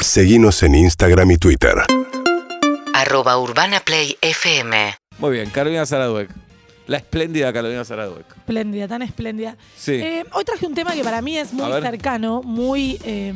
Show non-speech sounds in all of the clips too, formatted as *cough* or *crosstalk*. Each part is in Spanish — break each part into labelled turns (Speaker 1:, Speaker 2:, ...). Speaker 1: Seguimos en Instagram y Twitter.
Speaker 2: Arroba Urbana Play FM.
Speaker 3: Muy bien, Carolina Zaraduec. La espléndida Carolina Zaraduec.
Speaker 4: Espléndida, tan espléndida.
Speaker 3: Sí.
Speaker 4: Eh, hoy traje un tema que para mí es
Speaker 3: A
Speaker 4: muy
Speaker 3: ver.
Speaker 4: cercano, muy. eh,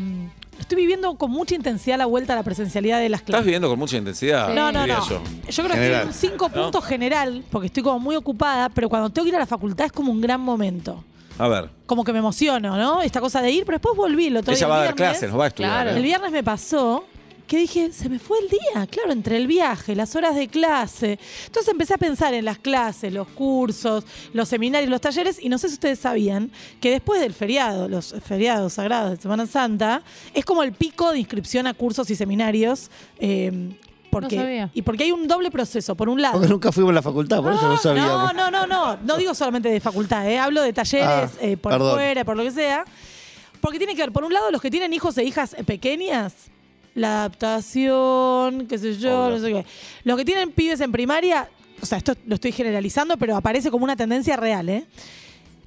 Speaker 4: estoy viviendo con mucha intensidad la vuelta a la presencialidad de las
Speaker 3: Estás
Speaker 4: clases.
Speaker 3: viviendo con mucha intensidad.
Speaker 4: No, no,
Speaker 3: diría
Speaker 4: no.
Speaker 3: yo.
Speaker 4: Yo creo que
Speaker 5: General.
Speaker 4: hay un cinco puntos general, porque estoy como muy ocupada, pero cuando tengo que ir a la facultad es como un gran momento.
Speaker 3: A ver,
Speaker 4: Como que me emociono, ¿no? Esta cosa de ir, pero después volví lo
Speaker 3: ella va a dar clases, nos va a estudiar.
Speaker 6: Claro.
Speaker 3: ¿eh?
Speaker 4: El viernes me pasó que dije, se me fue el día, claro, entre el viaje, las horas de clase. Entonces empecé a pensar en las clases, los cursos, los seminarios, los talleres, y no sé si ustedes sabían que después del feriado, los feriados sagrados de Semana Santa, es como el pico de inscripción a cursos y seminarios. eh, porque,
Speaker 6: sabía.
Speaker 4: Y porque hay un doble proceso, por un lado.
Speaker 5: Porque nunca fuimos a la facultad, por eso no
Speaker 4: No,
Speaker 5: sabíamos.
Speaker 4: no, no, no. No digo solamente de facultad, ¿eh? hablo de talleres
Speaker 5: Ah,
Speaker 4: eh, por
Speaker 5: perdón.
Speaker 4: fuera, por lo que sea. Porque tiene que ver, por un lado, los que tienen hijos e hijas eh, pequeñas, la adaptación, qué sé yo,
Speaker 3: Obvio.
Speaker 4: no sé qué. Los que tienen pibes en primaria, o sea, esto lo estoy generalizando, pero aparece como una tendencia real, ¿eh?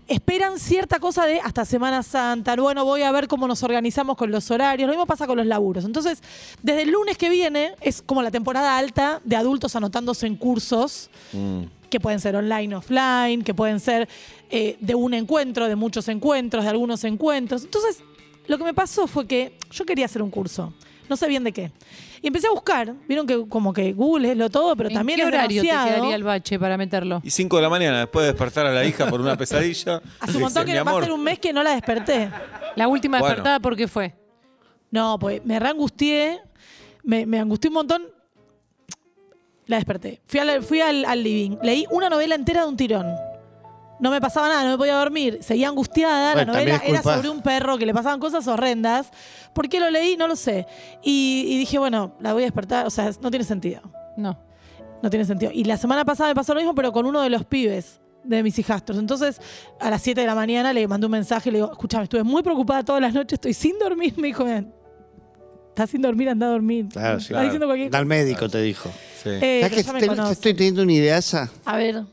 Speaker 4: Esperan cierta cosa de hasta Semana Santa, bueno, voy a ver cómo nos organizamos con los horarios, lo mismo pasa con los laburos. Entonces, desde el lunes que viene es como la temporada alta de adultos anotándose en cursos
Speaker 3: Mm.
Speaker 4: que pueden ser online, offline, que pueden ser eh, de un encuentro, de muchos encuentros, de algunos encuentros. Entonces, lo que me pasó fue que yo quería hacer un curso, no sé bien de qué. Y empecé a buscar, vieron que como que Google es lo todo, pero
Speaker 6: ¿En
Speaker 4: también
Speaker 6: qué
Speaker 4: es
Speaker 6: horario te
Speaker 4: demasiado.
Speaker 6: quedaría el bache para meterlo?
Speaker 3: Y 5 de la mañana, después de despertar a la hija
Speaker 4: *laughs*
Speaker 3: por una pesadilla.
Speaker 4: Hace
Speaker 3: dice,
Speaker 4: un montón que
Speaker 3: "Mi
Speaker 4: va a
Speaker 3: amor".
Speaker 4: ser un mes que no la desperté.
Speaker 6: La última
Speaker 3: Bueno.
Speaker 6: despertada, ¿por qué fue?
Speaker 4: No, pues me reangustié, me, me angustié un montón. La desperté. Fui, al, fui al, al living. Leí una novela entera de un tirón. No me pasaba nada, no me podía dormir. Seguía angustiada.
Speaker 5: Bueno,
Speaker 4: la
Speaker 5: también
Speaker 4: novela
Speaker 5: es
Speaker 4: era
Speaker 5: culpa.
Speaker 4: sobre un perro que le pasaban cosas horrendas. ¿Por qué lo leí? No lo sé. Y, y dije, bueno, la voy a despertar. O sea, no tiene sentido.
Speaker 6: No.
Speaker 4: No tiene sentido. Y la semana pasada me pasó lo mismo, pero con uno de los pibes de mis hijastros. Entonces, a las 7 de la mañana le mandé un mensaje y le digo, escúchame, estuve muy preocupada todas las noches, estoy sin dormir. Me dijo, "Mira, estás sin dormir, anda a dormir.
Speaker 5: Claro, sí.
Speaker 4: Está diciendo cualquier
Speaker 5: Anda
Speaker 4: cosa.
Speaker 5: al médico, te dijo.
Speaker 3: Sí.
Speaker 4: Eh,
Speaker 5: ¿Sabés
Speaker 4: pero
Speaker 5: que
Speaker 4: ya me
Speaker 5: te- te
Speaker 4: conoce.
Speaker 5: estoy teniendo una idea esa?
Speaker 4: A ver,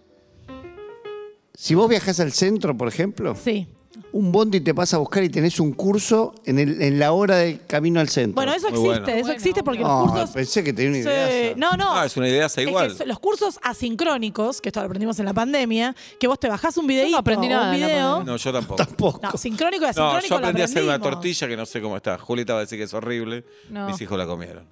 Speaker 5: Si vos viajás al centro, por ejemplo,
Speaker 4: sí.
Speaker 5: un bondi te pasa a buscar y tenés un curso en, el- en la hora de camino al centro.
Speaker 4: Bueno, eso
Speaker 3: Muy
Speaker 4: existe,
Speaker 3: bueno.
Speaker 4: eso
Speaker 6: Bueno,
Speaker 4: existe porque
Speaker 5: Ah,
Speaker 4: los cursos...
Speaker 5: pensé que tenía una idea.
Speaker 4: se-
Speaker 5: esa.
Speaker 4: No, no.
Speaker 3: Ah, es una idea, está
Speaker 4: Es que
Speaker 3: igual.
Speaker 4: so- los cursos asincrónicos, que esto lo aprendimos en la pandemia, que vos te bajás un videíto
Speaker 6: aprendí
Speaker 4: o
Speaker 6: nada
Speaker 4: un
Speaker 6: en la
Speaker 4: video.
Speaker 6: pandemia.
Speaker 3: No, yo tampoco.
Speaker 5: Tampoco.
Speaker 4: No, sincrónico y asincrónico
Speaker 3: No, yo
Speaker 4: lo
Speaker 3: aprendí a hacer una
Speaker 4: aprendimos.
Speaker 3: tortilla que no sé cómo está. Julieta va a decir que es horrible.
Speaker 6: No.
Speaker 3: Mis hijos la comieron.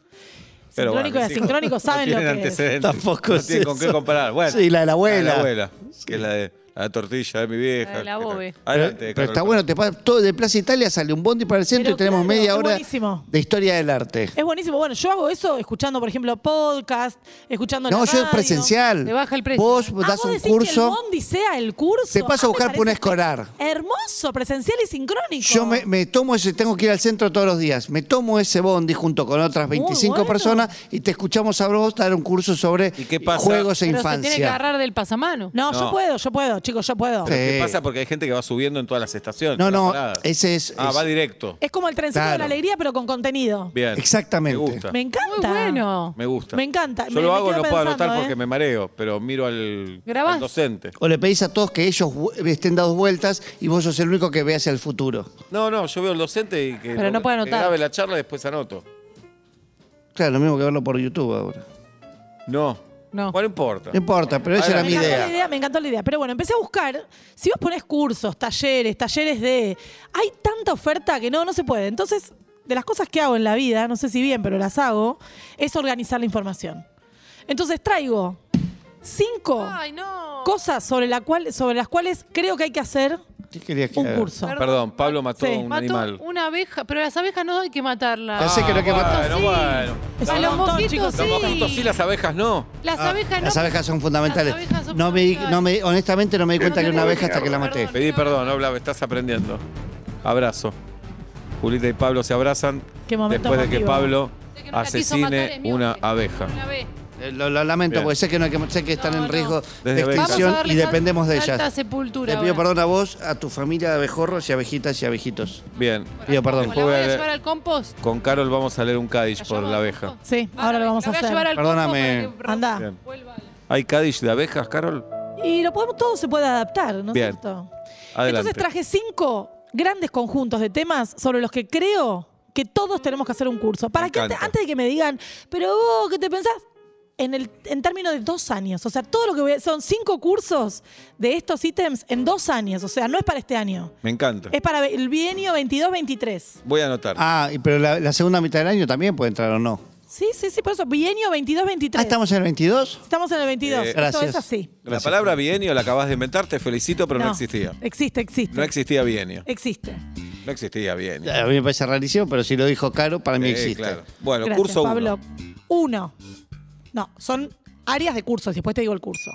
Speaker 4: Sincrónico y
Speaker 3: mis hijos
Speaker 4: asincrónico saben
Speaker 3: no
Speaker 4: lo
Speaker 3: tienen
Speaker 4: que es.
Speaker 3: antecedentes.
Speaker 5: Tampoco
Speaker 3: No
Speaker 5: es
Speaker 3: tienen con
Speaker 5: eso.
Speaker 3: qué comparar. Bueno,
Speaker 5: Sí, la de la abuela.
Speaker 3: La de la abuela, que es la de la tortilla de mi vieja.
Speaker 6: La de la
Speaker 3: que
Speaker 6: bobe.
Speaker 5: Pero,
Speaker 3: Adelante,
Speaker 5: pero
Speaker 3: Carol.
Speaker 5: está bueno, te pasa todo de Plaza Italia, sale un bondi para el centro
Speaker 4: Pero
Speaker 5: y tenemos
Speaker 4: claro,
Speaker 5: media
Speaker 4: es
Speaker 5: hora
Speaker 4: buenísimo.
Speaker 5: de historia del arte.
Speaker 4: Es buenísimo. Bueno, yo hago eso escuchando, por ejemplo, podcast, escuchando la
Speaker 5: No, yo
Speaker 4: radio.
Speaker 5: presencial.
Speaker 6: Le baja el precio.
Speaker 5: Vos
Speaker 4: Ah,
Speaker 5: das
Speaker 4: vos
Speaker 5: un
Speaker 4: decís que el
Speaker 5: curso.
Speaker 4: bondi sea el curso.
Speaker 5: Te paso a
Speaker 4: Ah,
Speaker 5: buscar
Speaker 4: me
Speaker 5: por
Speaker 4: parece
Speaker 5: un escolar.
Speaker 4: Hermoso, presencial y sincrónico.
Speaker 5: Yo me, me tomo ese, tengo que ir al centro todos los días. Me tomo ese bondi junto con otras
Speaker 4: Muy
Speaker 5: 25
Speaker 4: bueno.
Speaker 5: personas y te escuchamos a vos dar un curso sobre
Speaker 3: ¿Y qué pasa?
Speaker 5: juegos e
Speaker 6: Pero se tiene que
Speaker 5: infancia.
Speaker 6: agarrar del pasamano.
Speaker 4: No, yo
Speaker 3: No.
Speaker 4: puedo, yo puedo, chicos, yo puedo.
Speaker 5: Sí.
Speaker 3: ¿Qué pasa? Porque hay gente que va subiendo en todas las estaciones.
Speaker 5: eh, No,
Speaker 3: en las
Speaker 5: no,
Speaker 3: paradas.
Speaker 5: ese es-
Speaker 3: Ah,
Speaker 5: es-
Speaker 3: va directo.
Speaker 4: Es como el trencito de
Speaker 5: Claro.
Speaker 4: la alegría, pero con contenido.
Speaker 3: Bien.
Speaker 5: Exactamente.
Speaker 3: Me gusta.
Speaker 4: Me encanta.
Speaker 6: Muy bueno.
Speaker 3: Me gusta.
Speaker 4: Me encanta.
Speaker 3: Yo
Speaker 4: Me-
Speaker 3: lo
Speaker 4: me
Speaker 3: hago, no
Speaker 4: quedo
Speaker 3: puedo
Speaker 4: pensando,
Speaker 3: anotar
Speaker 4: ¿eh?
Speaker 3: porque me mareo, pero miro al,
Speaker 6: ¿Grabás?
Speaker 3: al docente.
Speaker 5: O le pedís a todos que ellos vu- estén dados vueltas y vos sos el único que ve hacia el futuro.
Speaker 3: No, no, yo veo al docente y que,
Speaker 6: Pero no puede
Speaker 3: que
Speaker 6: anotar.
Speaker 3: grabe la charla y después anoto.
Speaker 5: Claro, lo mismo que verlo por YouTube ahora.
Speaker 3: No.
Speaker 6: No.
Speaker 3: Bueno, no importa.
Speaker 5: No importa, pero esa
Speaker 3: Ahora,
Speaker 5: era
Speaker 4: me
Speaker 5: mi
Speaker 4: encantó
Speaker 5: idea.
Speaker 4: la idea. Me encantó la idea. Pero bueno, empecé a buscar. Si vos ponés cursos, talleres, talleres de. Hay tanta oferta que no, no se puede. Entonces, de las cosas que hago en la vida, no sé si bien, pero las hago, es organizar la información. Entonces traigo cinco
Speaker 6: Ay, no.
Speaker 4: cosas sobre, la cual, sobre las cuales creo que hay que hacer
Speaker 5: ¿Qué querías que
Speaker 4: un
Speaker 5: haga?
Speaker 4: curso.
Speaker 3: Perdón, Pablo mató a
Speaker 4: Sí.
Speaker 3: un
Speaker 6: Mató
Speaker 3: animal. Ah,
Speaker 6: una abeja, pero las abejas no hay que matarlas.
Speaker 5: Ya sé que no hay que matar.
Speaker 3: Bueno,
Speaker 6: Sí.
Speaker 3: bueno.
Speaker 4: Es
Speaker 6: A
Speaker 4: un
Speaker 6: los
Speaker 4: montón,
Speaker 6: mosquitos
Speaker 4: chicos.
Speaker 6: sí.
Speaker 3: Los mosquitos sí, las abejas no.
Speaker 6: Las abejas no.
Speaker 5: Ah, Las abejas son fundamentales.
Speaker 6: Las abejas son
Speaker 5: no me, di-
Speaker 6: fundamentales.
Speaker 5: no me, honestamente no me di cuenta que era una abeja hasta que la maté.
Speaker 6: Perdón.
Speaker 3: Pedí perdón, no hablaba, estás aprendiendo. Abrazo. Julita y Pablo se abrazan
Speaker 4: Qué momento
Speaker 3: después de que
Speaker 4: emotivo.
Speaker 3: Pablo
Speaker 6: Sé que no la quiso matar,
Speaker 3: asesine
Speaker 6: es mi
Speaker 3: una
Speaker 6: hombre.
Speaker 3: abeja.
Speaker 6: Una vez.
Speaker 5: Eh, Lo, lo lamento,
Speaker 3: Bien.
Speaker 5: porque sé que, no, hay que- sé que están
Speaker 6: No,
Speaker 5: en
Speaker 6: no.
Speaker 5: riesgo de
Speaker 3: Desde Abejas.
Speaker 6: Vamos a
Speaker 5: extinción y
Speaker 6: darles
Speaker 5: dependemos de
Speaker 6: alta
Speaker 5: ellas.
Speaker 6: sepultura
Speaker 5: Te pido
Speaker 6: ahora.
Speaker 5: perdón a vos, a tu familia de abejorros y abejitas y abejitos.
Speaker 3: Bien.
Speaker 5: Pido perdón.
Speaker 6: Como la voy a
Speaker 3: Después-
Speaker 6: llevar al compost.
Speaker 3: Con Carol vamos a leer un Cádiz
Speaker 6: ¿La
Speaker 3: por
Speaker 6: llevo
Speaker 3: la
Speaker 6: al
Speaker 3: abeja.
Speaker 6: compost?
Speaker 4: Sí, ahora lo vamos a
Speaker 6: la voy llevar
Speaker 4: hacer.
Speaker 6: al compost
Speaker 5: Perdóname.
Speaker 6: para que
Speaker 4: Andá.
Speaker 3: Bien.
Speaker 6: vuelva la-
Speaker 3: ¿Hay Cádiz de abejas, Carol?
Speaker 4: Y lo podemos, todo se puede adaptar, ¿no es
Speaker 3: Bien.
Speaker 4: cierto?
Speaker 3: Adelante.
Speaker 4: Entonces traje cinco grandes conjuntos de temas sobre los que creo que todos tenemos que hacer un curso. Para que ante-
Speaker 3: encanta.
Speaker 4: antes de que me digan, pero vos, ¿qué te pensás? En, el, en términos de dos años. O sea, todo lo que voy a- son cinco cursos de estos ítems en dos años. O sea, no es para este año.
Speaker 3: Me encanta.
Speaker 4: Es para el bienio 22-23.
Speaker 3: Voy a anotar.
Speaker 5: Ah, y- pero la, la segunda mitad del año también puede entrar o no.
Speaker 4: Sí, sí, sí, por eso. Bienio 22-23.
Speaker 5: Ah, estamos en el 22.
Speaker 4: Estamos en el 22.
Speaker 3: Eh,
Speaker 4: Esto es
Speaker 5: Gracias.
Speaker 4: así.
Speaker 3: la palabra bienio la acabas de inventar, te felicito, pero no, existía.
Speaker 4: Existe, existe.
Speaker 3: No existía
Speaker 4: Eh.
Speaker 3: bienio.
Speaker 4: existe.
Speaker 3: No existía bienio.
Speaker 5: A mí me parece rarísimo, pero si lo dijo Caro, para mí
Speaker 3: Eh,
Speaker 5: existe.
Speaker 3: claro. Bueno,
Speaker 4: Gracias,
Speaker 3: curso 1.
Speaker 4: Pablo. Uno. No, son áreas de cursos. Después te digo el curso.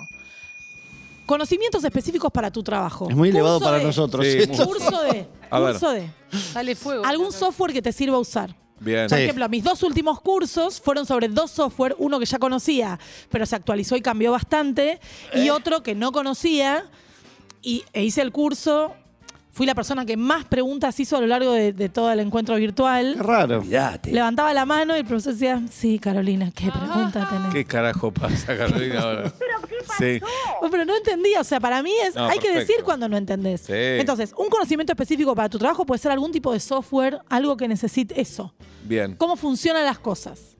Speaker 4: Conocimientos específicos para tu trabajo.
Speaker 5: Es muy elevado
Speaker 4: Curso
Speaker 5: para
Speaker 4: de- *laughs*
Speaker 5: nosotros.
Speaker 3: Sí,
Speaker 5: esto.
Speaker 4: Curso de.
Speaker 3: *laughs* A ver.
Speaker 4: curso de.
Speaker 6: Sale fuego.
Speaker 4: Algún software que te sirva usar.
Speaker 3: Bien.
Speaker 4: Por
Speaker 5: Sí.
Speaker 4: ejemplo, mis dos últimos cursos fueron sobre dos software, uno que ya conocía, pero se actualizó y cambió bastante,
Speaker 3: Eh.
Speaker 4: y otro que no conocía, y, e hice el curso. Fui la persona que más preguntas hizo a lo largo de, de todo el encuentro
Speaker 5: Qué
Speaker 4: virtual.
Speaker 5: raro.
Speaker 3: Este,
Speaker 4: Levantaba la mano y el profesor decía, sí, Carolina, qué pregunta tenés.
Speaker 3: ¿Qué carajo pasa,
Speaker 4: *laughs*
Speaker 3: Carolina, ahora? Sí.
Speaker 4: No, Pero no entendía, o sea, para mí es,
Speaker 3: No,
Speaker 4: hay que
Speaker 3: perfecto.
Speaker 4: decir cuando no entendés.
Speaker 3: Sí.
Speaker 4: Entonces, un conocimiento específico para tu trabajo puede ser algún tipo de software, algo que necesite eso.
Speaker 3: Bien.
Speaker 4: Cómo funcionan las cosas.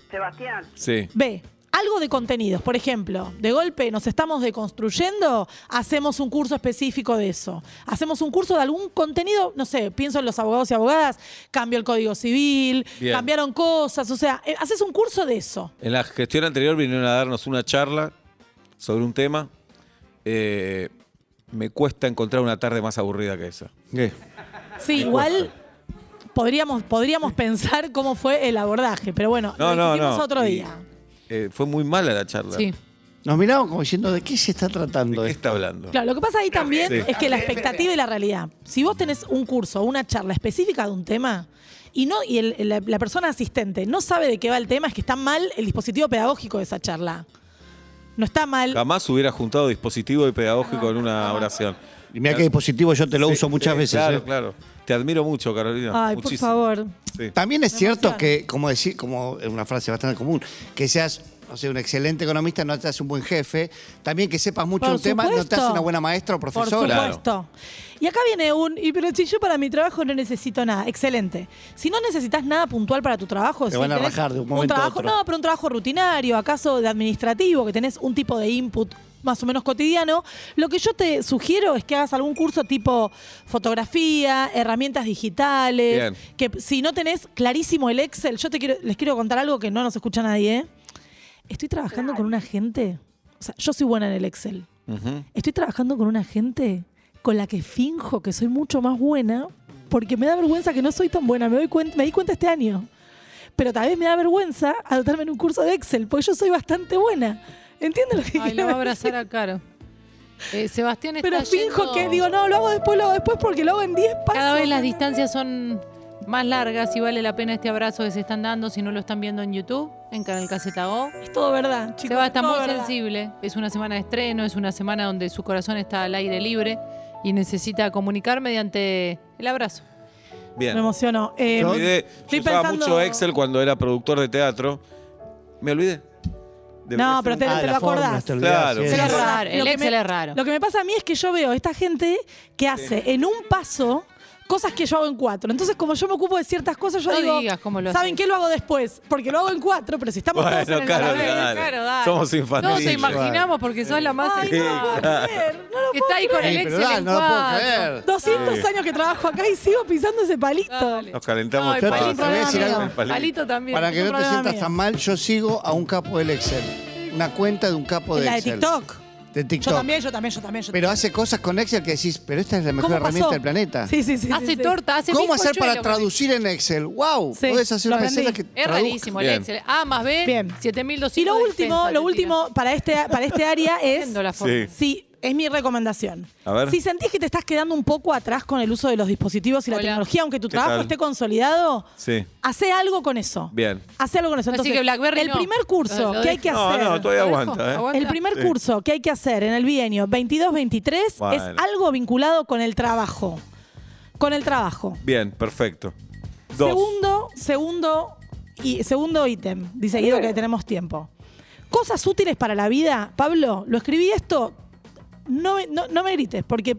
Speaker 3: Sí.
Speaker 4: B. Algo de contenidos, por ejemplo, de golpe nos estamos deconstruyendo, hacemos un curso específico de eso. Hacemos un curso de algún contenido, no sé, pienso en los abogados y abogadas, cambio el código civil,
Speaker 3: Bien.
Speaker 4: cambiaron cosas, o sea, eh, haces un curso de eso.
Speaker 3: En la gestión anterior vinieron a darnos una charla sobre un tema. Eh, me cuesta encontrar una tarde más aburrida que esa.
Speaker 5: ¿Qué?
Speaker 4: Sí, igual podríamos, podríamos pensar cómo fue el abordaje, pero bueno,
Speaker 3: No, no,
Speaker 4: lo discutimos
Speaker 3: no.
Speaker 4: otro
Speaker 3: Y-
Speaker 4: día.
Speaker 3: Eh, fue muy mala la charla.
Speaker 6: Sí.
Speaker 5: Nos miramos como diciendo, ¿de qué se está
Speaker 3: ¿De
Speaker 5: tratando
Speaker 3: qué
Speaker 5: esto?
Speaker 3: está hablando?
Speaker 4: Claro, lo que pasa ahí también
Speaker 3: Sí.
Speaker 4: es que la expectativa y la realidad. Si vos tenés un curso o una charla específica de un tema y no y el- la, la persona asistente no sabe de qué va el tema, es que está mal el dispositivo pedagógico de esa charla. No está mal.
Speaker 3: Jamás hubiera juntado dispositivo y pedagógico en una oración.
Speaker 5: Y mira qué dispositivo yo te lo
Speaker 3: Sí,
Speaker 5: uso muchas
Speaker 3: sí,
Speaker 5: veces.
Speaker 3: Claro,
Speaker 5: ¿eh?
Speaker 3: claro. Te admiro mucho, Carolina.
Speaker 4: Ay,
Speaker 3: Muchísimo.
Speaker 4: por favor.
Speaker 3: Sí.
Speaker 5: También es cierto
Speaker 4: emociona.
Speaker 5: que, como decir, como es una frase bastante común, que seas no sé, un excelente economista no te hace un buen jefe. También que sepas mucho
Speaker 4: Por
Speaker 5: un tema no te
Speaker 4: supuesto.
Speaker 5: hace una buena maestra o
Speaker 4: Por
Speaker 5: profesora.
Speaker 4: supuesto. Y acá viene un, y pero si yo para mi trabajo no necesito nada. Excelente. Si no necesitas nada puntual para tu trabajo,
Speaker 5: Te
Speaker 4: si
Speaker 5: van a
Speaker 4: tenés
Speaker 5: rajar de un momento a
Speaker 4: trabajo,
Speaker 5: otro.
Speaker 4: No, pero un trabajo rutinario, acaso de administrativo, que tenés un tipo de input más o menos cotidiano, lo que yo te sugiero es que hagas algún curso tipo fotografía, herramientas digitales, que si no tenés clarísimo el Excel, yo te quiero, les quiero contar algo que no nos escucha nadie. ¿eh? Estoy trabajando con una gente, o sea, yo soy buena en el Excel,
Speaker 3: Ujú.
Speaker 4: Estoy trabajando con una gente con la que finjo que soy mucho más buena porque me da vergüenza que no soy tan buena. Me, doy cuen- me di cuenta este año. Pero tal vez me da vergüenza adoptarme en un curso de Excel porque yo soy bastante buena. ¿Entiendes lo que
Speaker 6: Ay, la
Speaker 4: quiero
Speaker 6: va a
Speaker 4: decir?
Speaker 6: abrazar a Caro. Eh, Sebastián está
Speaker 4: Pero finjo
Speaker 6: yendo-
Speaker 4: que digo, no, lo hago después, lo hago después porque lo hago en 10 pasos.
Speaker 6: Cada vez las distancias son más largas y vale la pena este abrazo que se están dando si no lo están viendo en YouTube, en Canal Caseta O.
Speaker 4: Es todo verdad, chicos.
Speaker 6: Seba
Speaker 4: es
Speaker 6: está
Speaker 4: todo
Speaker 6: muy
Speaker 4: verdad.
Speaker 6: sensible. Es una semana de estreno, es una semana donde su corazón está al aire libre y necesita comunicar mediante el abrazo.
Speaker 3: Bien.
Speaker 4: Me emocionó. Eh,
Speaker 3: Me olvidé.
Speaker 4: Estoy
Speaker 3: Yo usaba
Speaker 4: pensando-
Speaker 3: mucho Excel cuando era productor de teatro. Me olvidé. Debería
Speaker 4: No,
Speaker 3: ser
Speaker 4: pero
Speaker 3: un-
Speaker 4: te-
Speaker 5: Ah,
Speaker 4: te
Speaker 5: la
Speaker 4: lo
Speaker 5: fórmula,
Speaker 4: acordás.
Speaker 5: te olvidás,
Speaker 3: Claro,
Speaker 5: sí,
Speaker 4: Se
Speaker 5: sí.
Speaker 4: la
Speaker 6: Es
Speaker 4: roba.
Speaker 6: raro, el
Speaker 4: Lo que
Speaker 6: Excel es raro.
Speaker 4: Lo que me pasa a mí es que yo veo esta gente que hace en un paso cosas que yo hago en cuatro. Entonces, como yo me ocupo de ciertas cosas, yo
Speaker 6: No
Speaker 4: digo,
Speaker 6: digas cómo lo
Speaker 4: ¿saben
Speaker 6: haces".
Speaker 4: qué lo hago después? Porque lo hago en cuatro, pero si estamos
Speaker 3: Bueno,
Speaker 4: todos en el
Speaker 3: claro,
Speaker 4: paralelo-
Speaker 3: dale.
Speaker 6: Claro, dale.
Speaker 3: Somos infantiles.
Speaker 6: Todos te imaginamos porque sos la más
Speaker 4: Ay, no lo puedo creer, no lo
Speaker 6: que
Speaker 4: puedo
Speaker 6: está ahí con
Speaker 4: creer.
Speaker 6: el
Speaker 5: Sí, pero
Speaker 6: Excel
Speaker 5: dale,
Speaker 6: en
Speaker 5: no lo puedo
Speaker 6: cuatro.
Speaker 5: creer.
Speaker 4: 200 años que trabajo acá y sigo pisando ese palito.
Speaker 6: Dale.
Speaker 3: Nos calentamos
Speaker 6: Ay,
Speaker 5: Yo te-
Speaker 3: todos.
Speaker 5: te voy a decir
Speaker 6: amigo.
Speaker 5: algo.
Speaker 3: Palito.
Speaker 6: Palito también.
Speaker 5: Para
Speaker 4: es
Speaker 5: que
Speaker 4: un
Speaker 5: no te
Speaker 4: problema
Speaker 5: sientas
Speaker 4: mío.
Speaker 5: tan mal, yo sigo a un capo del Excel. Una cuenta de un capo de
Speaker 4: La de
Speaker 5: Excel.
Speaker 4: TikTok.
Speaker 5: De TikTok.
Speaker 4: Yo también, yo también, yo también. Yo
Speaker 5: Pero hace cosas con Excel que decís, pero esta es la mejor
Speaker 4: ¿Cómo pasó?
Speaker 5: herramienta del planeta.
Speaker 4: Sí, *laughs* sí, sí.
Speaker 6: hace
Speaker 4: sí, sí.
Speaker 6: torta, hace
Speaker 5: ¿Cómo hacer
Speaker 6: bizcochuelo
Speaker 5: para
Speaker 6: con el-
Speaker 5: traducir en Excel? ¡Wow!
Speaker 4: Sí,
Speaker 5: Puedes hacer
Speaker 4: lo
Speaker 5: una
Speaker 4: aprendí.
Speaker 5: escena que
Speaker 6: Es
Speaker 5: traduzca.
Speaker 6: rarísimo el
Speaker 3: Bien.
Speaker 6: Excel. A más B,
Speaker 4: Bien.
Speaker 6: 7200.
Speaker 4: Y lo
Speaker 6: de
Speaker 4: último,
Speaker 6: defensa,
Speaker 4: lo
Speaker 6: te
Speaker 4: último
Speaker 6: tira.
Speaker 4: para, este, para este área es...
Speaker 6: Entiendo la forma.
Speaker 3: Sí.
Speaker 4: Sí, es mi recomendación.
Speaker 3: A ver.
Speaker 4: Si sentís que te estás quedando un poco atrás con el uso de los dispositivos y la
Speaker 6: Hola.
Speaker 4: tecnología, aunque tu
Speaker 3: ¿Qué
Speaker 4: trabajo
Speaker 3: tal?
Speaker 4: esté consolidado,
Speaker 3: Sí.
Speaker 4: hace algo con eso.
Speaker 3: Bien.
Speaker 4: Hace algo con eso.
Speaker 6: Así
Speaker 4: Entonces,
Speaker 6: que Blackberry
Speaker 4: el
Speaker 6: no.
Speaker 4: primer curso
Speaker 6: Lo- lo
Speaker 4: que hay que
Speaker 3: No,
Speaker 4: hacer.
Speaker 3: no, todavía
Speaker 6: ¿Lo dejo?
Speaker 3: aguanta. ¿eh?
Speaker 6: Aguanta.
Speaker 4: El primer curso que hay que hacer en el bienio 22-23 es
Speaker 3: Bueno.
Speaker 4: algo vinculado con el trabajo. Con el trabajo.
Speaker 3: Bien, perfecto. Dos.
Speaker 4: Segundo, segundo y segundo ítem, dice Guido que tenemos tiempo. Cosas útiles para la vida, Pablo, lo escribí esto. No me, no, no me grites, porque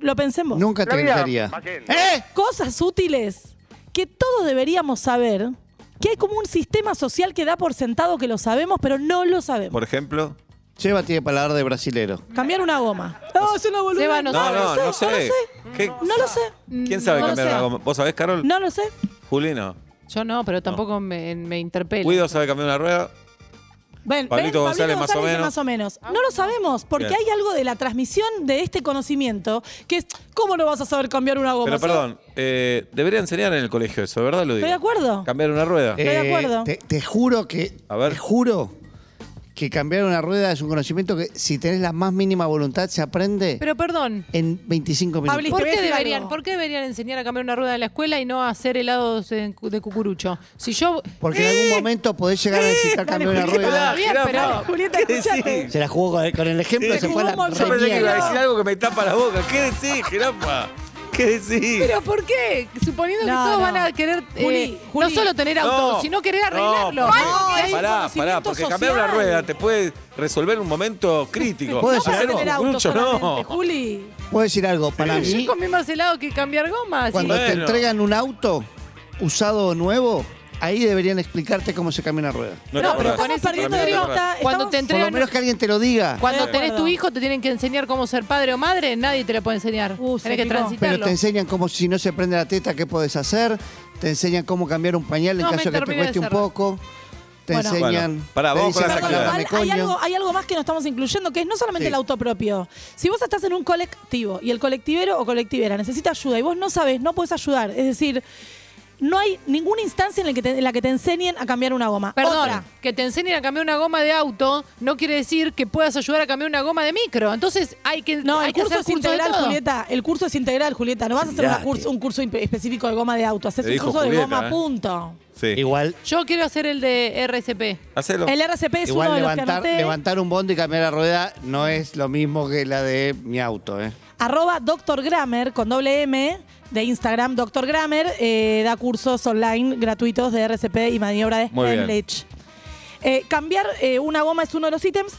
Speaker 4: lo pensé en vos.
Speaker 5: Nunca te gritaría.
Speaker 7: Magenta.
Speaker 5: ¡Eh!
Speaker 4: Cosas útiles que todos deberíamos saber que hay como un sistema social que da por sentado que lo sabemos, pero no lo sabemos.
Speaker 3: Por ejemplo.
Speaker 5: Seba tiene palabra de brasilero.
Speaker 4: Cambiar una goma. No, es una boludez.
Speaker 6: Seba,
Speaker 4: no,
Speaker 6: no
Speaker 4: lo
Speaker 3: No,
Speaker 6: sabe,
Speaker 3: no,
Speaker 4: sé,
Speaker 3: no sé. ¿Qué-
Speaker 4: No Mm, lo sé.
Speaker 3: ¿Quién sabe
Speaker 6: No lo
Speaker 3: cambiar
Speaker 6: sé.
Speaker 3: una goma? ¿Vos sabés, Carol?
Speaker 4: No lo sé.
Speaker 3: Juli no.
Speaker 6: Yo no, pero tampoco me, me interpela.
Speaker 3: Guido sabe cambiar una rueda.
Speaker 4: Bueno,
Speaker 3: Pablito
Speaker 4: ¿ves?
Speaker 3: González, más o
Speaker 4: dice
Speaker 3: menos.
Speaker 4: No lo sabemos, porque
Speaker 3: Bien.
Speaker 4: hay algo de la transmisión de este conocimiento que es, ¿cómo no vas a saber cambiar una goma?
Speaker 3: Pero
Speaker 4: Seba?
Speaker 3: perdón, eh, debería enseñar en el colegio eso, ¿verdad, Luis?
Speaker 4: Estoy de acuerdo.
Speaker 3: Cambiar una rueda.
Speaker 4: Estoy de acuerdo.
Speaker 5: Eh, Te, te juro que.
Speaker 3: A ver.
Speaker 5: Te juro que cambiar una rueda es un conocimiento que, si tenés la más mínima voluntad, se aprende
Speaker 6: Pero perdón,
Speaker 5: en 25 minutos.
Speaker 4: Pablito.
Speaker 6: ¿por
Speaker 4: Te voy a
Speaker 6: qué,
Speaker 4: decir
Speaker 6: deberían,
Speaker 4: algo.
Speaker 6: ¿por qué deberían enseñar a cambiar una rueda en la escuela y no a hacer helados en cu- de cucurucho? Si yo...
Speaker 5: Porque en algún momento podés llegar
Speaker 3: *laughs*
Speaker 5: a necesitar cambiar una
Speaker 3: Pará,
Speaker 5: rueda.
Speaker 6: bien,
Speaker 3: pará,
Speaker 6: pero-
Speaker 3: pará.
Speaker 4: Julieta,
Speaker 3: ¿Qué
Speaker 4: escuchate.
Speaker 3: decís?
Speaker 5: Se la jugó con el, con el ejemplo,
Speaker 3: Sí,
Speaker 5: se fue a
Speaker 4: jugó
Speaker 5: la
Speaker 4: un
Speaker 3: Yo pensé que iba a
Speaker 5: remierda.
Speaker 4: mierda.
Speaker 3: decir algo que me tapa la boca. ¿Qué *laughs* decís, jirafa? ¿Qué decís?
Speaker 6: ¿Pero por qué? Suponiendo que
Speaker 4: No,
Speaker 6: todos
Speaker 4: no.
Speaker 6: van a querer eh,
Speaker 4: Juli,
Speaker 6: no
Speaker 4: Juli.
Speaker 6: solo tener auto,
Speaker 3: No,
Speaker 6: sino querer arreglarlo.
Speaker 3: porque-
Speaker 4: No, hay un
Speaker 3: pará, pará,
Speaker 4: conocimiento
Speaker 3: porque cambiar una
Speaker 4: social.
Speaker 3: rueda te puede resolver un momento crítico.
Speaker 5: Puede
Speaker 4: No
Speaker 5: ser
Speaker 4: para
Speaker 5: algo.
Speaker 4: tener auto
Speaker 3: Mucho,
Speaker 4: solamente,
Speaker 3: no.
Speaker 4: Juli.
Speaker 5: Puedo decir algo. Para
Speaker 6: Yo
Speaker 5: mí,
Speaker 6: comí más helado que cambiar gomas.
Speaker 5: cuando
Speaker 6: y-
Speaker 5: te
Speaker 3: Bueno.
Speaker 5: entregan un auto usado o nuevo, ahí deberían explicarte cómo se cambia una rueda.
Speaker 3: No, te
Speaker 6: No, pero
Speaker 3: acordás.
Speaker 6: con
Speaker 4: Estamos
Speaker 6: ese
Speaker 4: perdiendo
Speaker 3: Para mí
Speaker 4: de
Speaker 3: no te
Speaker 4: vista,
Speaker 3: acordás.
Speaker 6: Cuando
Speaker 4: estamos-
Speaker 6: te
Speaker 5: Por lo
Speaker 6: entregan
Speaker 5: menos que alguien te lo diga.
Speaker 6: Cuando
Speaker 4: De
Speaker 6: tenés
Speaker 4: acuerdo.
Speaker 6: tu hijo te tienen que enseñar cómo ser padre o madre, nadie te lo puede enseñar.
Speaker 4: Uh, se
Speaker 6: tenés que
Speaker 4: picó.
Speaker 5: Pero
Speaker 6: transitarlo.
Speaker 5: te enseñan cómo si no se prende la teta, qué podés hacer. Te enseñan cómo cambiar un pañal en
Speaker 6: No me
Speaker 5: caso que te
Speaker 6: terminé de
Speaker 5: cueste un
Speaker 6: cerrar.
Speaker 5: poco. Te
Speaker 4: Bueno.
Speaker 5: enseñan.
Speaker 3: Bueno, pará,
Speaker 5: te
Speaker 3: vamos con
Speaker 5: dicen,
Speaker 3: las
Speaker 4: Con lo
Speaker 5: "Dame
Speaker 4: cual,
Speaker 3: actividades.
Speaker 4: hay,
Speaker 5: coño".
Speaker 4: algo, hay algo más que no estamos incluyendo, que es no solamente
Speaker 5: Sí.
Speaker 4: el auto propio. Si vos estás en un colectivo y el colectivero o colectivera necesita ayuda y vos no sabes, no puedes ayudar. Es decir, no hay ninguna instancia en, el que te- en la que te enseñen a cambiar una goma.
Speaker 6: Perdón,
Speaker 4: Otra.
Speaker 6: que te enseñen a cambiar una goma de auto no quiere decir que puedas ayudar a cambiar una goma de micro. Entonces hay que,
Speaker 4: No,
Speaker 6: hay
Speaker 4: el
Speaker 6: que
Speaker 4: curso
Speaker 6: hacer
Speaker 4: es
Speaker 6: curso de
Speaker 4: integral,
Speaker 6: todo.
Speaker 4: Julieta. El curso es integral, Julieta. No vas a hacer una
Speaker 5: Mirate.
Speaker 4: curso- un curso impe- específico de goma de auto. Haces
Speaker 3: Le
Speaker 4: un
Speaker 3: dijo
Speaker 4: curso de
Speaker 3: Julieta,
Speaker 4: goma,
Speaker 3: ¿eh?
Speaker 4: punto.
Speaker 3: Sí.
Speaker 5: Igual,
Speaker 6: Yo quiero hacer el de RCP.
Speaker 3: Hacelo.
Speaker 4: El RCP es
Speaker 5: igual
Speaker 4: uno de los que
Speaker 5: levantar,
Speaker 4: anoté.
Speaker 5: levantar un bondi y cambiar la rueda no es lo mismo que la de mi auto. ¿eh?
Speaker 4: Arroba Dr. Grammer con doble M de Instagram. Dr. Grammer eh, da cursos online gratuitos de RCP y maniobra de
Speaker 3: Muy bien.
Speaker 4: Heimlich. Eh, cambiar eh, una goma es uno de los ítems.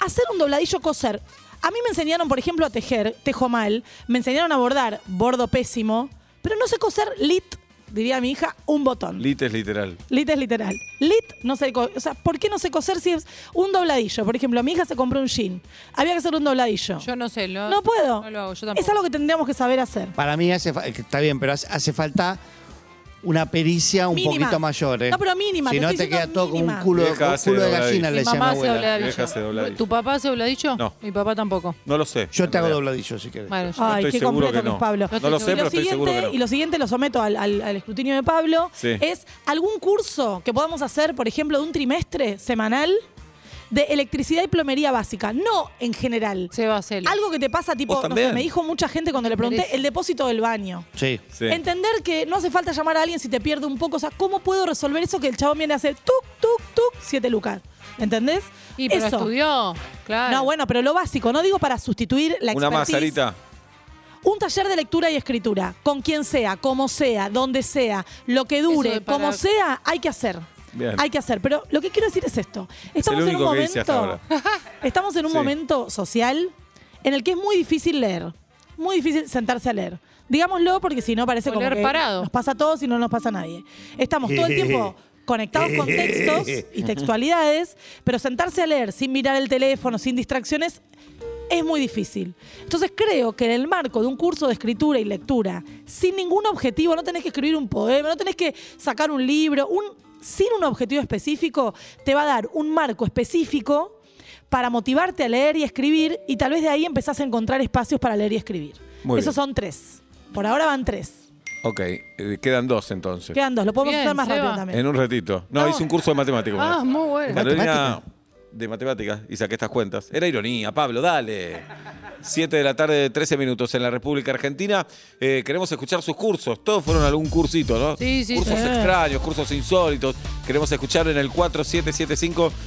Speaker 4: Hacer un dobladillo coser. A mí me enseñaron, por ejemplo, a tejer, tejo mal. Me enseñaron a bordar, bordo pésimo. Pero no sé coser lit, diría mi hija, un botón.
Speaker 3: Lit es literal.
Speaker 4: Lit es literal. Lit no sé, co- o sea, ¿por qué no sé coser si es un dobladillo? Por ejemplo, mi hija se compró un jean. Había que hacer un dobladillo.
Speaker 6: Yo no sé. Lo,
Speaker 4: No puedo.
Speaker 6: No lo hago, yo
Speaker 4: es
Speaker 6: tampoco.
Speaker 4: algo que tendríamos que saber hacer.
Speaker 5: Para mí hace fa- que está bien, pero hace, hace falta una pericia un
Speaker 4: Mínima.
Speaker 5: poquito mayor. ¿eh?
Speaker 4: No, pero mínima,
Speaker 5: Si
Speaker 4: te
Speaker 5: no
Speaker 4: estoy
Speaker 5: te queda
Speaker 4: diciendo
Speaker 5: todo como un
Speaker 4: mínima.
Speaker 5: culo,
Speaker 3: Vieja
Speaker 5: un
Speaker 3: hace
Speaker 5: culo de
Speaker 3: dobladillo.
Speaker 5: gallina, le
Speaker 6: Mi
Speaker 5: decía mi
Speaker 6: mamá hace
Speaker 5: abuela.
Speaker 6: dobladillo.
Speaker 3: Vieja hace dobladillo.
Speaker 6: ¿Tu papá hace dobladillo?
Speaker 3: No.
Speaker 6: Mi papá tampoco.
Speaker 3: No lo sé.
Speaker 5: Yo
Speaker 3: en
Speaker 5: te hago
Speaker 3: realidad.
Speaker 5: dobladillo si quieres.
Speaker 6: Bueno, yo-
Speaker 4: Ay,
Speaker 3: estoy
Speaker 4: qué
Speaker 3: seguro
Speaker 4: completo
Speaker 3: que no.
Speaker 4: es Pablo.
Speaker 3: No lo sé,
Speaker 4: Y
Speaker 3: pero estoy seguro que
Speaker 4: siguiente-
Speaker 3: no.
Speaker 4: Y lo siguiente lo someto al, al- al escrutinio de Pablo.
Speaker 3: Sí.
Speaker 4: Es algún curso que podamos hacer, por ejemplo, de un trimestre semanal de electricidad y plomería básica. No en general.
Speaker 6: se va a hacer.
Speaker 4: Algo que te pasa, tipo,
Speaker 3: ¿Vos
Speaker 4: no sé,
Speaker 3: también?
Speaker 4: me dijo mucha gente cuando le pregunté,
Speaker 6: Merece.
Speaker 4: el depósito del baño.
Speaker 5: Sí.
Speaker 3: Sí.
Speaker 4: Entender que no hace falta llamar a alguien si te pierde un poco. O sea, ¿cómo puedo resolver eso que el chabón viene a hacer tuk, tuk, tuk, siete lucas? ¿Entendés?
Speaker 6: Y pero
Speaker 4: eso.
Speaker 6: estudió. Claro.
Speaker 4: No, bueno, pero lo básico, no digo para sustituir la
Speaker 3: Una más,
Speaker 4: expertise.
Speaker 3: Sarita.
Speaker 4: Un taller de lectura y escritura, con quien sea, como sea, donde sea, lo que dure,
Speaker 6: Eso de para-
Speaker 4: como sea, hay que hacer.
Speaker 3: Bien.
Speaker 4: Hay que hacer. Pero lo que quiero decir es esto. Estamos
Speaker 3: el
Speaker 4: en un
Speaker 3: único que hice hasta
Speaker 4: momento. *laughs* Estamos en un
Speaker 3: Sí.
Speaker 4: momento social en el que es muy difícil leer. Muy difícil sentarse a leer. Digámoslo porque si no parece
Speaker 6: O
Speaker 4: como
Speaker 6: leer
Speaker 4: que
Speaker 6: parado.
Speaker 4: nos pasa a todos y no nos pasa a nadie. Estamos todo
Speaker 3: *laughs*
Speaker 4: el tiempo conectados con textos y textualidades, pero sentarse a leer sin mirar el teléfono, sin distracciones, es muy difícil. Entonces creo que en el marco de un curso de escritura y lectura, sin ningún objetivo, no tenés que escribir un poema, no tenés que sacar un libro, un, sin un objetivo específico, te va a dar un marco específico para motivarte a leer y escribir y tal vez de ahí empezás a encontrar espacios para leer y escribir.
Speaker 3: Muy
Speaker 4: Esos
Speaker 3: bien.
Speaker 4: son tres. Por ahora van tres.
Speaker 3: Ok, eh, quedan dos entonces.
Speaker 4: Quedan dos, lo podemos
Speaker 6: Bien,
Speaker 4: hacer más
Speaker 6: Seba.
Speaker 4: rápido también.
Speaker 3: En un ratito. No,
Speaker 6: No.
Speaker 3: hice un curso de matemáticas.
Speaker 6: Ah,
Speaker 3: bueno.
Speaker 6: muy bueno.
Speaker 3: Carolina de matemáticas y saqué estas cuentas. Era ironía, Pablo, dale. 7 de la tarde, 13 minutos en la República Argentina. Eh, queremos escuchar sus cursos. Todos fueron a algún cursito, ¿no?
Speaker 6: Sí, sí,
Speaker 3: Cursos
Speaker 6: sí.
Speaker 3: extraños, cursos insólitos. Queremos escuchar en el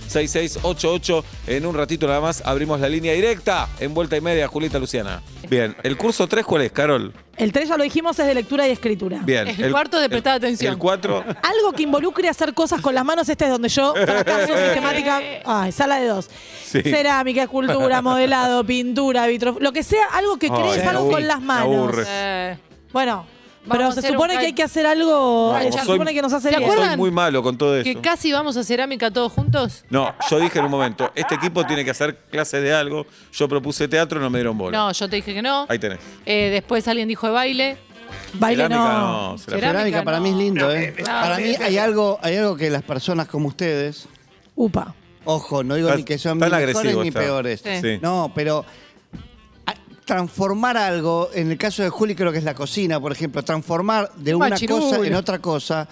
Speaker 3: 4775-6688. En un ratito nada más abrimos la línea directa en vuelta y media, Julita Luciana. Bien, ¿el curso 3 cuál es, Carol?
Speaker 4: El tres ya lo dijimos es de lectura y escritura.
Speaker 3: Bien.
Speaker 6: El cuarto de prestar atención.
Speaker 3: El 4.
Speaker 4: Algo que involucre hacer cosas con las manos, este es donde yo
Speaker 3: *laughs*
Speaker 4: fracaso sistemática. Ay, sala de dos.
Speaker 3: Sí.
Speaker 4: Cerámica, escultura, modelado, pintura, vitro. Lo que sea, algo que
Speaker 3: Ay,
Speaker 4: crees,
Speaker 3: me
Speaker 4: algo
Speaker 3: aburre.
Speaker 4: con las
Speaker 3: Me
Speaker 4: manos.
Speaker 3: aburre.
Speaker 6: Eh,
Speaker 4: Bueno,
Speaker 6: Vamos a
Speaker 4: Pero se
Speaker 6: hacer un
Speaker 4: supone que
Speaker 6: hype.
Speaker 4: hay que hacer algo.
Speaker 6: Vamos,
Speaker 4: se
Speaker 6: soy-
Speaker 4: supone que nos hace
Speaker 6: ¿Te
Speaker 4: bien.
Speaker 6: acuerdas?
Speaker 3: Soy muy malo con todo
Speaker 6: Que
Speaker 3: eso.
Speaker 6: casi vamos a cerámica todos juntos.
Speaker 3: No, yo dije en un momento, este equipo tiene que hacer clases de algo. Yo propuse teatro, no me dieron bola.
Speaker 6: No, yo te dije que no.
Speaker 3: Ahí tenés.
Speaker 6: Eh, después alguien dijo de baile.
Speaker 4: Baile
Speaker 3: Cerámica,
Speaker 4: no.
Speaker 3: cerámica.
Speaker 6: Cerámica,
Speaker 5: Cerámica para
Speaker 6: no.
Speaker 5: mí es lindo, ¿eh?
Speaker 6: no,
Speaker 5: Para
Speaker 6: sí,
Speaker 5: mí hay algo, hay algo que las personas como ustedes,
Speaker 4: Upa.
Speaker 5: ojo, no digo
Speaker 3: Tan-
Speaker 5: ni que son ni
Speaker 3: tan
Speaker 5: mejores
Speaker 3: agresivo
Speaker 5: ni
Speaker 3: está.
Speaker 5: peores.
Speaker 6: Sí.
Speaker 3: Sí.
Speaker 5: No, pero a- transformar algo, en el caso de Juli creo que es la cocina, por ejemplo, transformar de una
Speaker 6: Machirulo.
Speaker 5: cosa en otra cosa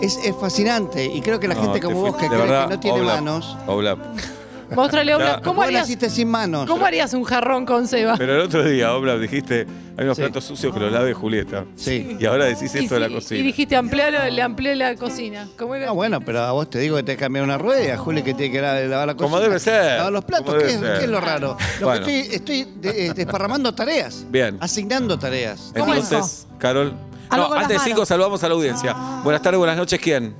Speaker 5: es, es fascinante. Y creo que la
Speaker 3: No,
Speaker 5: gente
Speaker 3: te
Speaker 5: como vos
Speaker 3: fuiste.
Speaker 5: que
Speaker 3: De
Speaker 5: cree
Speaker 3: verdad,
Speaker 5: que no tiene
Speaker 3: Oblap,
Speaker 5: manos,
Speaker 3: Oblap.
Speaker 5: *laughs*
Speaker 6: Mostrale
Speaker 3: Ya.
Speaker 6: obra. ¿Cómo
Speaker 5: vos
Speaker 6: harías,
Speaker 5: naciste sin manos.
Speaker 6: ¿Cómo harías un jarrón con Seba?
Speaker 3: Pero el otro día, Oblap, dijiste, hay unos
Speaker 5: Sí.
Speaker 3: platos sucios que los lave Julieta.
Speaker 5: Sí.
Speaker 3: Y ahora decís esto
Speaker 6: y,
Speaker 3: de la
Speaker 6: sí,
Speaker 3: cocina.
Speaker 6: y dijiste amplialo, le amplié la cocina. ¿Cómo era?
Speaker 5: No, Ah, bueno, pero a vos te digo que te cambiar una rueda, Juli, que tiene que la- lavar la
Speaker 3: Como
Speaker 5: cocina.
Speaker 3: debe ser.
Speaker 5: Lavar los platos,
Speaker 3: Como
Speaker 5: ¿qué
Speaker 3: debe
Speaker 5: es,
Speaker 3: ser.
Speaker 5: qué es lo raro? Lo
Speaker 3: Bueno.
Speaker 5: que estoy, estoy de- eh, desparramando tareas.
Speaker 3: Bien.
Speaker 5: Asignando tareas.
Speaker 6: ¿Cómo
Speaker 3: Entonces, Carol.
Speaker 4: Algo
Speaker 3: No,
Speaker 4: con las
Speaker 3: antes de cinco
Speaker 4: manos.
Speaker 3: saludamos a la audiencia. Buenas tardes, buenas noches, ¿quién?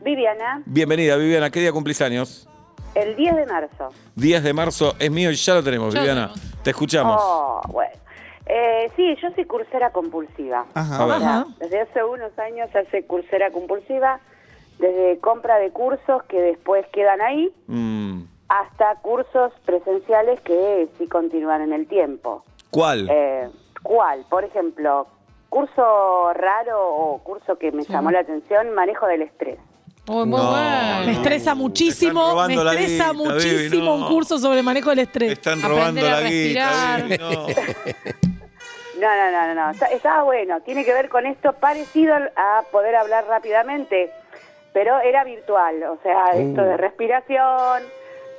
Speaker 7: Viviana,
Speaker 3: Bienvenida, Viviana. ¿Qué día cumplís años?
Speaker 7: el 10 de marzo.
Speaker 3: 10 de marzo es mío y ya lo tenemos,
Speaker 6: Ya lo
Speaker 3: Viviana. Te escuchamos.
Speaker 7: Oh, bueno. Eh, sí, yo soy cursera compulsiva.
Speaker 5: Ajá.
Speaker 3: A ver.
Speaker 7: O sea,
Speaker 4: Ajá.
Speaker 7: desde hace unos años ya soy cursera compulsiva, desde compra de cursos que después quedan ahí,
Speaker 3: Mm,
Speaker 7: hasta cursos presenciales que sí continúan en el tiempo.
Speaker 3: ¿Cuál?
Speaker 7: Eh, ¿Cuál? Por ejemplo, curso raro o curso que me llamó la atención, manejo del estrés.
Speaker 6: Oh, muy
Speaker 3: No.
Speaker 6: bueno.
Speaker 4: Me estresa
Speaker 3: Están
Speaker 4: muchísimo. Me
Speaker 3: robando la
Speaker 4: estresa
Speaker 3: guita,
Speaker 4: muchísimo
Speaker 3: Vivi, no.
Speaker 4: un curso sobre manejo del estrés.
Speaker 3: Están
Speaker 6: Aprender
Speaker 3: robando
Speaker 6: a
Speaker 3: la
Speaker 6: respirar.
Speaker 3: guita. Vivi, no.
Speaker 7: No, no, no, no, no. Está, estaba bueno. Tiene que ver con esto parecido al- a poder hablar rápidamente, pero era virtual. O sea, esto de respiración,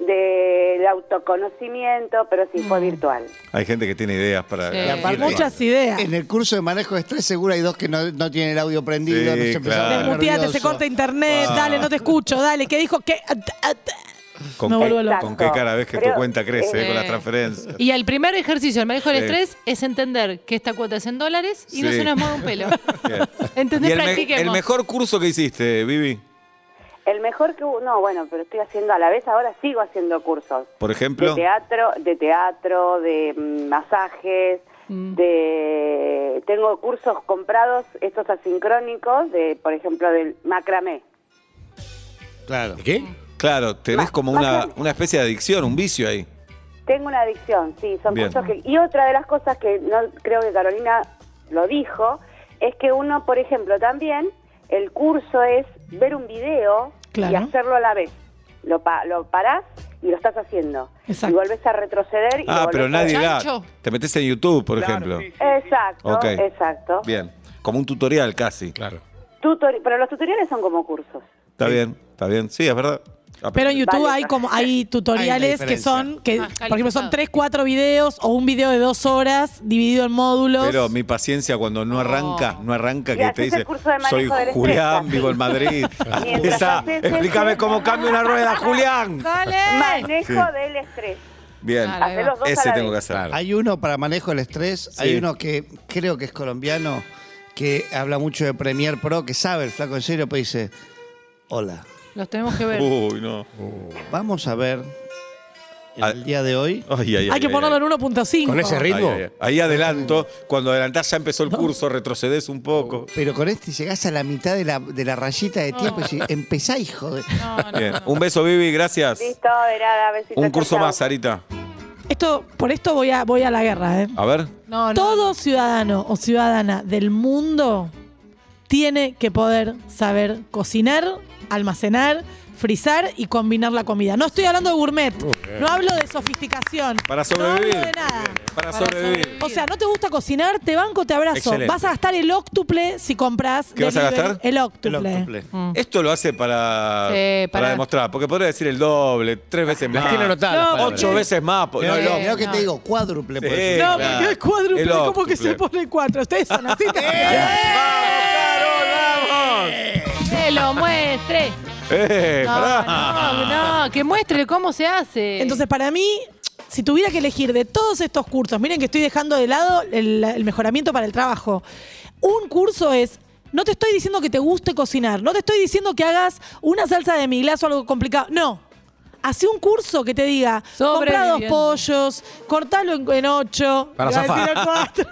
Speaker 7: del autoconocimiento, pero sí fue virtual.
Speaker 3: *laughs* Hay gente que tiene ideas para.
Speaker 6: Sí.
Speaker 3: para
Speaker 6: Y aparte-
Speaker 3: decirle.
Speaker 4: Muchas ideas.
Speaker 5: En el curso de manejo de estrés seguro hay dos que no, no tienen el audio prendido.
Speaker 3: Sí,
Speaker 5: no se empezaron
Speaker 3: claro.
Speaker 5: a poner
Speaker 4: Desmuteate, se
Speaker 5: nerviosos.
Speaker 4: corta internet.
Speaker 3: Wow.
Speaker 4: Dale, no te escucho. Dale, ¿qué dijo? ¿Qué? Ah, ah, ah.
Speaker 3: ¿Con,
Speaker 4: Me
Speaker 3: qué-
Speaker 4: vuelvo loca.
Speaker 3: con qué cara ves que tu
Speaker 7: Pero,
Speaker 3: cuenta crece eh,
Speaker 6: eh,
Speaker 3: con las transferencias?
Speaker 6: Y el primer ejercicio, el manejo del
Speaker 3: Sí.
Speaker 6: estrés, es entender que esta cuota es en dólares y no
Speaker 3: Sí.
Speaker 6: se nos mueve un pelo.
Speaker 3: *laughs* Bien.
Speaker 6: Entendés,
Speaker 3: Y el, me-
Speaker 6: practiquemos.
Speaker 3: el mejor curso que hiciste, Vivi,
Speaker 7: El mejor que hubo- no, bueno, pero estoy haciendo a la vez ahora sigo haciendo cursos
Speaker 3: por
Speaker 7: de
Speaker 3: ejemplo.
Speaker 7: teatro, de teatro, de mm, masajes, de tengo cursos comprados estos asincrónicos de, por ejemplo, del macramé.
Speaker 5: Claro.
Speaker 8: ¿Qué?
Speaker 3: Claro, tenés
Speaker 7: Ma-
Speaker 3: como una,
Speaker 7: bájame.
Speaker 3: una especie de adicción, un vicio ahí.
Speaker 7: Tengo una adicción, sí, son
Speaker 3: Bien.
Speaker 7: cursos que... Y otra de las cosas que no creo que Carolina lo dijo, es que uno, por ejemplo, también, el curso es ver un video y
Speaker 4: Claro.
Speaker 7: hacerlo a la vez. Lo, pa- lo parás y lo estás haciendo.
Speaker 4: Exacto.
Speaker 7: Y volvés a retroceder y...
Speaker 3: Ah,
Speaker 7: lo volvés
Speaker 3: pero
Speaker 7: a-
Speaker 3: nadie da.
Speaker 6: Chancho.
Speaker 3: Te metes en YouTube, por ejemplo.
Speaker 7: Exacto,
Speaker 3: Ok.
Speaker 7: exacto.
Speaker 3: Bien. Como un tutorial casi.
Speaker 8: Claro.
Speaker 7: Tutori- pero los tutoriales son como cursos.
Speaker 3: Está bien, está bien. Sí, es verdad.
Speaker 4: Pero en YouTube
Speaker 7: Vale.
Speaker 4: hay como hay
Speaker 5: Hay
Speaker 4: tutoriales
Speaker 5: una
Speaker 4: que son que
Speaker 6: Más
Speaker 4: por ejemplo son
Speaker 6: Ah, calificado.
Speaker 4: tres cuatro videos o un video de dos horas dividido en módulos.
Speaker 3: Pero mi paciencia cuando no arranca, no arranca,
Speaker 7: Y
Speaker 3: que
Speaker 7: haces
Speaker 3: te
Speaker 7: el
Speaker 3: dice,
Speaker 7: curso de manejo
Speaker 3: soy
Speaker 7: del estrés,
Speaker 3: Julián,
Speaker 7: así.
Speaker 3: vivo en Madrid.
Speaker 7: *laughs* Mientras
Speaker 3: Empieza,
Speaker 7: haces eso- *laughs*
Speaker 3: explícame cómo cambia una rueda, Julián.
Speaker 6: ¡Dale!
Speaker 7: Manejo del estrés.
Speaker 3: Bien,
Speaker 6: Claro.
Speaker 7: Hacer los dos a
Speaker 3: ese
Speaker 7: la
Speaker 3: tengo que
Speaker 7: vez.
Speaker 3: hacer.
Speaker 5: Hay uno para manejo del estrés, hay uno que creo que es colombiano, que habla mucho de Premier Pro, que sabe el flaco en serio, pero dice, hola,
Speaker 6: Los tenemos que ver.
Speaker 3: Uy, no.
Speaker 5: vamos a ver en
Speaker 3: Ah.
Speaker 5: el día de hoy.
Speaker 3: Ay, ay,
Speaker 4: hay
Speaker 3: ay,
Speaker 4: que
Speaker 3: ay,
Speaker 4: ponerlo
Speaker 3: ay.
Speaker 4: en 1.5.
Speaker 8: Con ese ritmo.
Speaker 3: Ay, ay, ay. Ahí adelanto, cuando adelantás ya empezó el curso, retrocedes un poco.
Speaker 5: Pero con este llegás a la mitad de la, de la rayita de
Speaker 3: Ah.
Speaker 5: tiempo y decís, empezá, hijo de...
Speaker 6: No, no,
Speaker 3: Bien,
Speaker 6: no, no.
Speaker 3: un beso, Vivi, gracias.
Speaker 7: Listo, de nada, besitos,
Speaker 3: Un
Speaker 7: chau,
Speaker 3: curso
Speaker 7: chau.
Speaker 3: más, Sarita.
Speaker 4: Esto por esto voy a voy a la guerra, ¿eh?
Speaker 3: A ver.
Speaker 6: No, no.
Speaker 4: Todo ciudadano o ciudadana del mundo tiene que poder saber cocinar, almacenar, frizar y combinar la comida. No estoy hablando de gourmet, no hablo de sofisticación.
Speaker 3: Para
Speaker 4: No hablo
Speaker 3: sobrevivir.
Speaker 4: de nada.
Speaker 3: Para
Speaker 6: sobrevivir.
Speaker 3: sobrevivir.
Speaker 4: O sea, no te gusta cocinar, te banco, te abrazo.
Speaker 3: Excelente.
Speaker 4: Vas a gastar el óctuple si compras.
Speaker 3: ¿Qué vas a
Speaker 4: delivery.
Speaker 3: gastar?
Speaker 4: El
Speaker 5: El
Speaker 4: óctuple.
Speaker 5: octuple.
Speaker 3: Esto lo hace para,
Speaker 6: Sí,
Speaker 3: para...
Speaker 6: para-
Speaker 3: demostrar, porque podría decir el doble, tres veces
Speaker 8: Las
Speaker 3: más.
Speaker 8: tiene anotadas las palabras.
Speaker 3: Ocho veces más. po- no,
Speaker 5: Mirá
Speaker 3: el
Speaker 5: lo-
Speaker 3: doble.
Speaker 5: mirá lo que te
Speaker 6: no.
Speaker 5: digo, cuádruple. por
Speaker 3: Sí.
Speaker 5: ejemplo.
Speaker 4: No,
Speaker 3: Claro.
Speaker 4: porque es cuádruple,
Speaker 3: El
Speaker 4: ¿cómo que
Speaker 3: óctuple.
Speaker 4: se pone cuatro? Ustedes son así.
Speaker 3: *laughs*
Speaker 4: *laughs*
Speaker 3: ¡Vamos, Carol, vamos!
Speaker 6: ¡Que lo muestre!
Speaker 3: ¡Eh,
Speaker 6: No,
Speaker 3: pará!
Speaker 6: no, no, que muestre cómo se hace.
Speaker 4: Entonces, para mí, si tuviera que elegir de todos estos cursos, miren que estoy dejando de lado el, el mejoramiento para el trabajo. Un curso es. No te estoy diciendo que te guste cocinar, no te estoy diciendo que hagas una salsa de miglas o algo complicado. No. Hace un curso que te diga, comprá dos
Speaker 6: Sobreviviente.
Speaker 4: pollos, cortalo en, en ocho,
Speaker 8: Para
Speaker 4: iba a
Speaker 8: zafar.
Speaker 3: *laughs*
Speaker 4: decir en cuatro.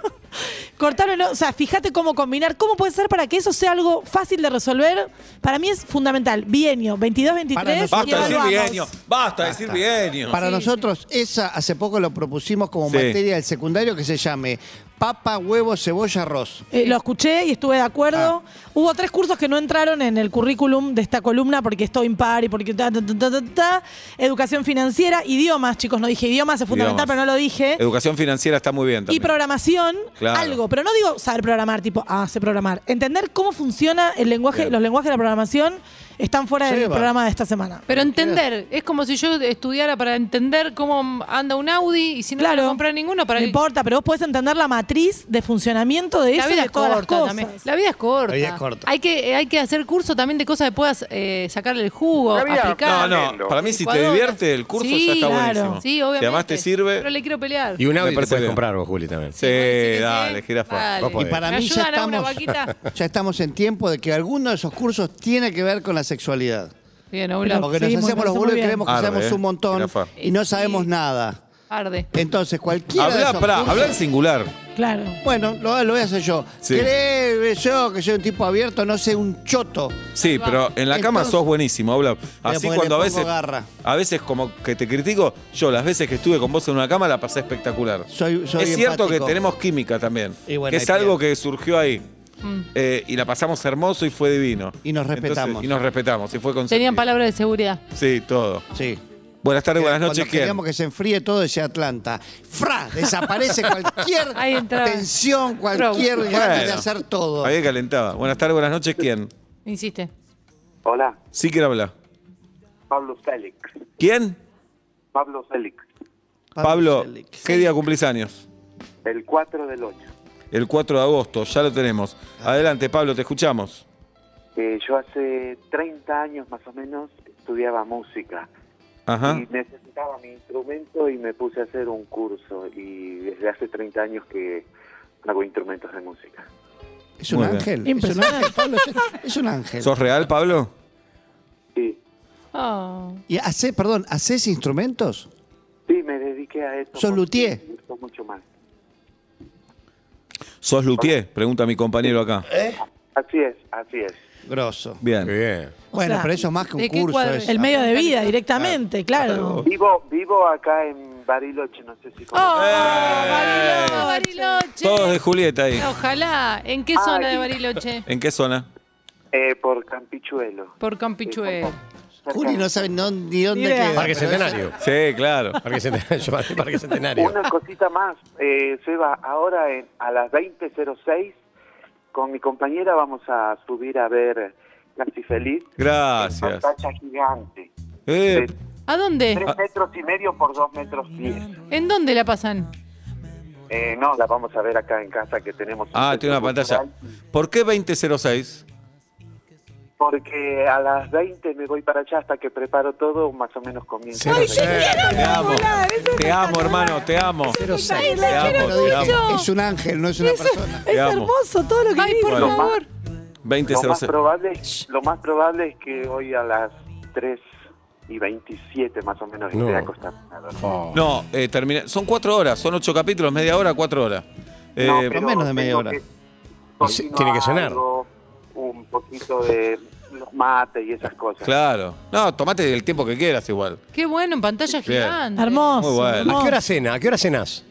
Speaker 4: Cortarlo, en- o sea, fíjate cómo combinar, cómo puede ser para que eso sea algo fácil de resolver. Para mí es fundamental. Bienio, 22-23.
Speaker 5: Para nosotros-
Speaker 3: Basta de decir
Speaker 5: Y
Speaker 4: evaluamos.
Speaker 3: bienio. Basta de decir bienio.
Speaker 5: Para nosotros, esa hace poco lo propusimos como
Speaker 3: Sí.
Speaker 5: materia del secundario que se llame papa, huevo, cebolla, arroz.
Speaker 4: Eh, lo escuché y estuve de acuerdo.
Speaker 3: Ah.
Speaker 4: Hubo tres cursos que no entraron en el currículum de esta columna porque estoy impar y porque ta, ta, ta, ta, ta, ta. Educación financiera, idiomas, chicos, no dije idiomas, es fundamental,
Speaker 3: Idiomas.
Speaker 4: pero no lo dije.
Speaker 3: Educación financiera está muy bien
Speaker 4: Y
Speaker 3: también.
Speaker 4: programación,
Speaker 3: Claro.
Speaker 4: algo, pero no digo saber programar, tipo, ah, sé programar. Entender cómo funciona el lenguaje,
Speaker 3: Bien.
Speaker 4: los lenguajes de la programación están fuera del
Speaker 5: Seba.
Speaker 4: programa de esta semana.
Speaker 6: Pero entender, es como si yo estudiara para entender cómo anda un Audi y si no
Speaker 4: Claro.
Speaker 6: quiero comprar ninguno para
Speaker 4: No importa, pero vos podés entender la matriz de funcionamiento de eso
Speaker 6: La
Speaker 4: y
Speaker 6: vida
Speaker 4: de
Speaker 6: es
Speaker 4: todas las
Speaker 6: corta
Speaker 4: cosas.
Speaker 6: también. La vida es corta.
Speaker 5: La vida es corta.
Speaker 6: Hay que, hay que hacer curso también de cosas que puedas eh, sacarle el jugo,
Speaker 8: La vida-
Speaker 3: No,
Speaker 6: aplicar.
Speaker 3: no, para mí si te
Speaker 6: Licuadoras.
Speaker 3: divierte el curso
Speaker 6: Sí,
Speaker 3: ya está
Speaker 4: claro.
Speaker 3: buenísimo.
Speaker 6: Sí, obviamente.
Speaker 3: Y además te sirve.
Speaker 6: Pero le quiero pelear.
Speaker 9: Y un
Speaker 3: Me
Speaker 9: audio te
Speaker 3: parece
Speaker 9: puedes
Speaker 3: bien.
Speaker 9: comprar vos, Juli, también.
Speaker 3: Sí, eh, dale, jirafa.
Speaker 9: Vos
Speaker 5: Y
Speaker 9: podés.
Speaker 5: para
Speaker 6: ¿Me
Speaker 5: mí ya
Speaker 6: ayudan a una
Speaker 5: estamos,
Speaker 4: *laughs*
Speaker 6: vaquita?
Speaker 5: ya estamos en tiempo de que alguno de esos cursos tiene que ver con la sexualidad.
Speaker 6: Bien, Oblap.
Speaker 5: Porque
Speaker 4: Sí,
Speaker 5: nos
Speaker 4: me
Speaker 5: hacemos
Speaker 4: parece
Speaker 5: los boludos
Speaker 4: muy
Speaker 5: y
Speaker 4: bien.
Speaker 5: creemos que
Speaker 3: Arde,
Speaker 5: sabemos
Speaker 3: eh.
Speaker 5: un montón
Speaker 3: Jirafa.
Speaker 5: y no sabemos
Speaker 6: Sí.
Speaker 5: nada.
Speaker 6: Arde.
Speaker 5: Entonces, cualquiera de
Speaker 3: Habla,
Speaker 5: esos
Speaker 3: pará,
Speaker 5: cursos-
Speaker 3: habla en singular.
Speaker 4: Claro.
Speaker 5: Bueno, lo, lo voy a hacer yo.
Speaker 3: Sí.
Speaker 5: Creo yo que soy un tipo abierto, no sé, un choto.
Speaker 3: Sí, pero en la cama
Speaker 5: Entonces-
Speaker 3: sos buenísimo, habla. Así
Speaker 5: porque
Speaker 3: cuando a
Speaker 5: le pongo
Speaker 3: veces
Speaker 5: garra.
Speaker 3: a veces como que te critico, yo las veces que estuve con vos en una cama la pasé espectacular.
Speaker 5: Soy- soy
Speaker 3: es cierto
Speaker 5: empático.
Speaker 3: que tenemos química también,
Speaker 5: Y bueno,
Speaker 3: que
Speaker 5: ahí
Speaker 3: es algo
Speaker 5: pierde.
Speaker 3: que surgió ahí. Eh, y la pasamos hermoso y fue divino.
Speaker 5: Y nos respetamos.
Speaker 3: y nos respetamos, y fue consentido.
Speaker 6: Tenían palabras de seguridad.
Speaker 3: Sí, todo.
Speaker 5: Sí.
Speaker 3: Buenas tardes, buenas noches,
Speaker 5: Cuando
Speaker 3: ¿quién?
Speaker 5: queríamos que se enfríe todo decía Atlanta. ¡Fra! Desaparece cualquier
Speaker 6: Ahí entraba.
Speaker 5: tensión, cualquier
Speaker 6: Bueno.
Speaker 5: ganas de hacer todo.
Speaker 3: Ahí calentaba. Buenas tardes, buenas noches, ¿quién?
Speaker 6: Insiste.
Speaker 8: Hola,
Speaker 3: Sí quiere hablar.
Speaker 8: Pablo Félix.
Speaker 3: ¿Quién?
Speaker 8: Pablo Félix,
Speaker 3: Pablo,
Speaker 5: Selick.
Speaker 3: ¿qué día cumplís años?
Speaker 8: el 4 del 8.
Speaker 3: El 4 de agosto, ya lo tenemos. Adelante, Pablo, te escuchamos.
Speaker 8: Eh, yo hace 30 años más o menos estudiaba música
Speaker 3: Ajá.
Speaker 8: y necesitaba mi instrumento y me puse a hacer un curso y desde hace 30 años que hago instrumentos de música.
Speaker 5: Es un
Speaker 3: Muy bien.
Speaker 5: ángel. Es un
Speaker 4: Impresionante.
Speaker 5: ángel, Pablo. Es un ángel.
Speaker 3: ¿Sos real, Pablo?
Speaker 8: Sí,
Speaker 6: Oh.
Speaker 5: Y hace, perdón, ¿haces instrumentos?
Speaker 8: sí, me dediqué a esto.
Speaker 5: ¿Sos
Speaker 8: porque
Speaker 5: luthier?
Speaker 8: Me gustó mucho más.
Speaker 3: ¿Sos luthier? Pregunta mi compañero acá.
Speaker 8: Así es, así es.
Speaker 5: Grosso.
Speaker 9: Muy
Speaker 3: Bien.
Speaker 9: bien.
Speaker 5: Bueno,
Speaker 4: sea,
Speaker 5: pero eso es más que un
Speaker 6: ¿de qué
Speaker 5: curso.
Speaker 6: cuadro
Speaker 5: es- Ah,
Speaker 4: El medio de vida directamente, claro.
Speaker 8: Vivo, vivo acá en Bariloche, no sé si
Speaker 6: Oh,
Speaker 3: Eh.
Speaker 6: Bariloche, Bariloche.
Speaker 3: Todos de Julieta ahí.
Speaker 6: Ojalá. Ah, ¿En qué
Speaker 8: Ay.
Speaker 6: zona de Bariloche?
Speaker 3: ¿En qué zona?
Speaker 8: eh, por Campichuelo. Eh,
Speaker 6: Por Campichue.
Speaker 8: Cerca-
Speaker 5: Juli no sabe no- ni dónde
Speaker 4: Ni idea.
Speaker 5: queda.
Speaker 9: Parque
Speaker 5: pero es-
Speaker 9: Centenario.
Speaker 3: Sí, claro.
Speaker 9: Parque Centenario. Yo mandé Parque Centenario.
Speaker 8: Una cosita más, eh, Seba, ahora en- a las 20.06 con mi compañera vamos a subir a ver Casi Feliz.
Speaker 3: Gracias.
Speaker 8: Pantalla gigante,
Speaker 3: Eh,
Speaker 6: ¿A dónde?
Speaker 8: 3 metros y medio por 2 metros 10.
Speaker 6: ¿En dónde la pasan?
Speaker 8: Eh, no, la vamos a ver acá en casa que tenemos. un
Speaker 3: ah,
Speaker 8: centro
Speaker 3: tiene una pantalla.
Speaker 8: cultural,
Speaker 3: ¿Por qué 2006?
Speaker 8: Porque a las 20 me voy para allá hasta que preparo todo, más o menos comienzo.
Speaker 9: Cero seis.
Speaker 3: Eh, Te amo. Te amo, hermano, te amo. Te amo, te amo,
Speaker 5: Pero
Speaker 3: te amo.
Speaker 5: digo, Es un ángel, no es una persona.
Speaker 4: Es
Speaker 3: amo.
Speaker 4: hermoso todo lo que
Speaker 6: Ay,
Speaker 4: dice.
Speaker 6: por
Speaker 3: Bueno.
Speaker 6: favor.
Speaker 8: Lo más,
Speaker 3: 2006.
Speaker 8: probable, lo más probable es que hoy a las 3 y 27 más o menos
Speaker 9: No.
Speaker 8: esté acostado.
Speaker 9: Oh.
Speaker 3: No, eh, terminé. Son cuatro horas, son ocho capítulos, media hora, cuatro horas. Eh,
Speaker 8: No, pero
Speaker 5: menos de media
Speaker 8: tengo
Speaker 5: hora.
Speaker 8: que
Speaker 9: Sí, tiene que
Speaker 8: cocinar
Speaker 9: cenar.
Speaker 8: algo, Un poquito de los mates y esas cosas.
Speaker 3: claro. No, tomate el tiempo que quieras igual.
Speaker 6: Qué bueno, en pantalla gigante.
Speaker 4: Hermoso.
Speaker 3: Muy bueno.
Speaker 9: ¿A
Speaker 4: hermoso.
Speaker 9: qué hora cena? ¿A qué hora cenás?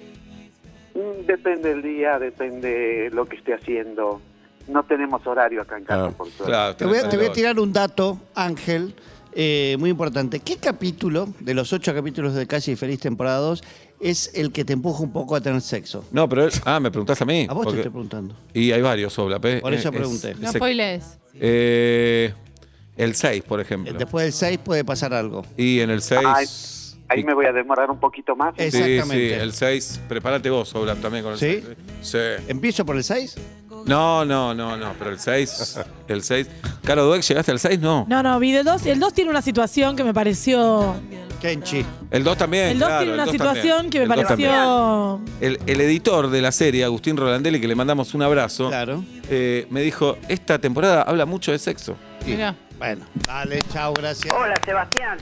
Speaker 8: Mm, Depende del día, depende lo que esté haciendo. No tenemos horario acá en casa,
Speaker 9: Ah,
Speaker 8: por suerte.
Speaker 3: Claro,
Speaker 5: Te voy, a, te voy a
Speaker 3: tenés-
Speaker 5: tirar un dato, Ángel, eh, muy importante. ¿Qué capítulo de los ocho capítulos de Casi Feliz temporada 2 es el que te empuja un poco a tener sexo?
Speaker 3: No, pero. Ah, me preguntás a mí.
Speaker 5: A vos
Speaker 3: Porque- Mm,
Speaker 5: te estoy preguntando.
Speaker 3: Y hay varios, Oblap. eh.
Speaker 5: Por eso
Speaker 3: Eh, es-
Speaker 5: pregunté.
Speaker 6: No
Speaker 3: es-
Speaker 6: spoilers.
Speaker 3: eh, el 6, por ejemplo.
Speaker 5: Después del 6 puede pasar algo.
Speaker 3: Y en el 6.
Speaker 8: Ay, Ah, Ahí me voy a demorar un poquito más.
Speaker 5: Es-
Speaker 3: Sí, sí,
Speaker 5: Exactamente.
Speaker 3: el 6. Prepárate vos, Oblap, también con el
Speaker 5: ¿Sí?
Speaker 3: 6. Sí.
Speaker 5: ¿Empiezo por el 6?
Speaker 3: No, no, no, no, pero el 6. El 6. Caro Dweck, ¿llegaste al 6? No.
Speaker 4: No, no, vi del 2. El 2 tiene una situación que me pareció.
Speaker 5: Kenchi.
Speaker 3: El 2 también.
Speaker 4: El 2
Speaker 3: claro,
Speaker 4: tiene una
Speaker 3: el dos
Speaker 4: situación
Speaker 3: también.
Speaker 4: que me
Speaker 3: El dos también.
Speaker 4: pareció.
Speaker 3: El, el editor de la serie, Agustín Rolandelli, que le mandamos un abrazo,
Speaker 5: Claro.
Speaker 3: eh, me dijo: Esta temporada habla mucho de sexo.
Speaker 5: Sí.
Speaker 6: Mirá.
Speaker 5: Bueno, dale, chao, gracias.
Speaker 10: Hola, Sebastián.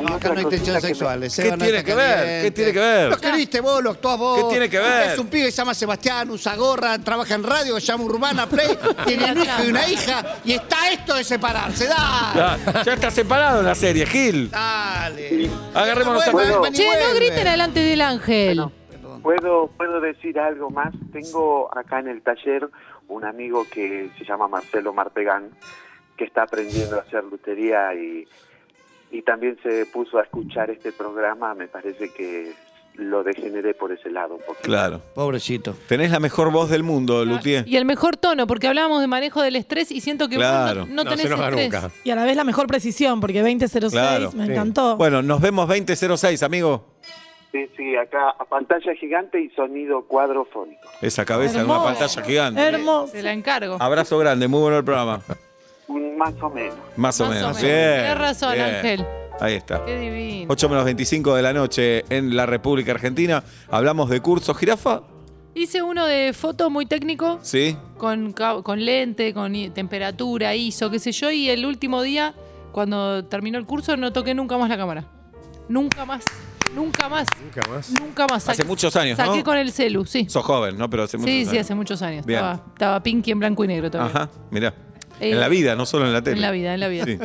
Speaker 5: No, acá
Speaker 8: otra
Speaker 5: no hay
Speaker 8: cosita
Speaker 5: tensiones
Speaker 8: que me-
Speaker 5: sexuales.
Speaker 3: ¿Qué
Speaker 5: Seba no
Speaker 3: tiene
Speaker 5: está
Speaker 3: que ver?
Speaker 5: caliente.
Speaker 3: ¿Qué tiene que ver?
Speaker 5: Lo queriste vos, lo actuás vos.
Speaker 3: ¿Qué tiene que ver?
Speaker 5: Es un pibe que se llama Sebastián, usa gorra, trabaja en radio, se llama Urbana Play, tiene un hijo y una hija, y está esto de separarse. Dale.
Speaker 3: Ya, ya está separado la serie, Gil.
Speaker 5: Dale.
Speaker 3: Agarrémonos a-
Speaker 5: Vuelve,
Speaker 8: Bueno.
Speaker 5: ven y
Speaker 6: Che, no
Speaker 5: vuelve.
Speaker 6: griten delante del ángel.
Speaker 8: ¿Puedo, ¿Puedo decir algo más? Tengo acá en el taller un amigo que se llama Marcelo Marpegán, que está aprendiendo a hacer lutería y, y también se puso a escuchar este programa. Me parece que lo degeneré por ese lado. Porque
Speaker 3: Claro.
Speaker 5: Pobrecito.
Speaker 3: Tenés la mejor voz del
Speaker 6: Ah,
Speaker 3: mundo, Lutier.
Speaker 6: Y el mejor tono, porque hablábamos de manejo del estrés y siento que vos
Speaker 3: Claro.
Speaker 6: no, no
Speaker 9: No
Speaker 6: tenés
Speaker 9: se enoja
Speaker 6: estrés.
Speaker 9: nunca.
Speaker 4: Y a la vez la mejor precisión, porque 2006
Speaker 3: Claro,
Speaker 4: me
Speaker 9: sí.
Speaker 4: encantó.
Speaker 3: Bueno, nos vemos 2006, amigo.
Speaker 8: Sí, sí, acá a pantalla gigante y sonido cuadrofónico.
Speaker 3: Esa cabeza en una
Speaker 4: Hermoso.
Speaker 3: pantalla gigante.
Speaker 4: Hermoso.
Speaker 6: Se la encargo.
Speaker 3: Abrazo grande, muy bueno el programa.
Speaker 8: Un- Más o menos.
Speaker 3: Más o
Speaker 6: Más o
Speaker 3: menos.
Speaker 6: menos.
Speaker 3: Bien.
Speaker 6: Tenés razón,
Speaker 3: bien.
Speaker 6: Ángel.
Speaker 3: Ahí está.
Speaker 6: Qué divino.
Speaker 3: 8 menos 25 de la noche en la República Argentina. Hablamos de cursos jirafa.
Speaker 6: Hice uno de foto muy técnico,
Speaker 3: Sí.
Speaker 6: con, ca- con lente, con i- temperatura, ISO, qué sé yo, y el último día, cuando terminó el curso, no toqué nunca más la cámara. Nunca más, nunca más,
Speaker 9: Nunca más.
Speaker 6: nunca más.
Speaker 3: Hace
Speaker 6: Saqué-
Speaker 3: muchos años, ¿no?
Speaker 6: Saqué con el celu, sí.
Speaker 3: Sos joven, ¿no? Pero hace mucho
Speaker 6: sí, sí, hace muchos años.
Speaker 3: Bien.
Speaker 6: Estaba, estaba Pinky en blanco y negro todavía.
Speaker 3: Ajá, mirá.
Speaker 6: Eh,
Speaker 3: en la vida, no solo en la tele.
Speaker 6: en la vida, en la vida.
Speaker 3: Sí.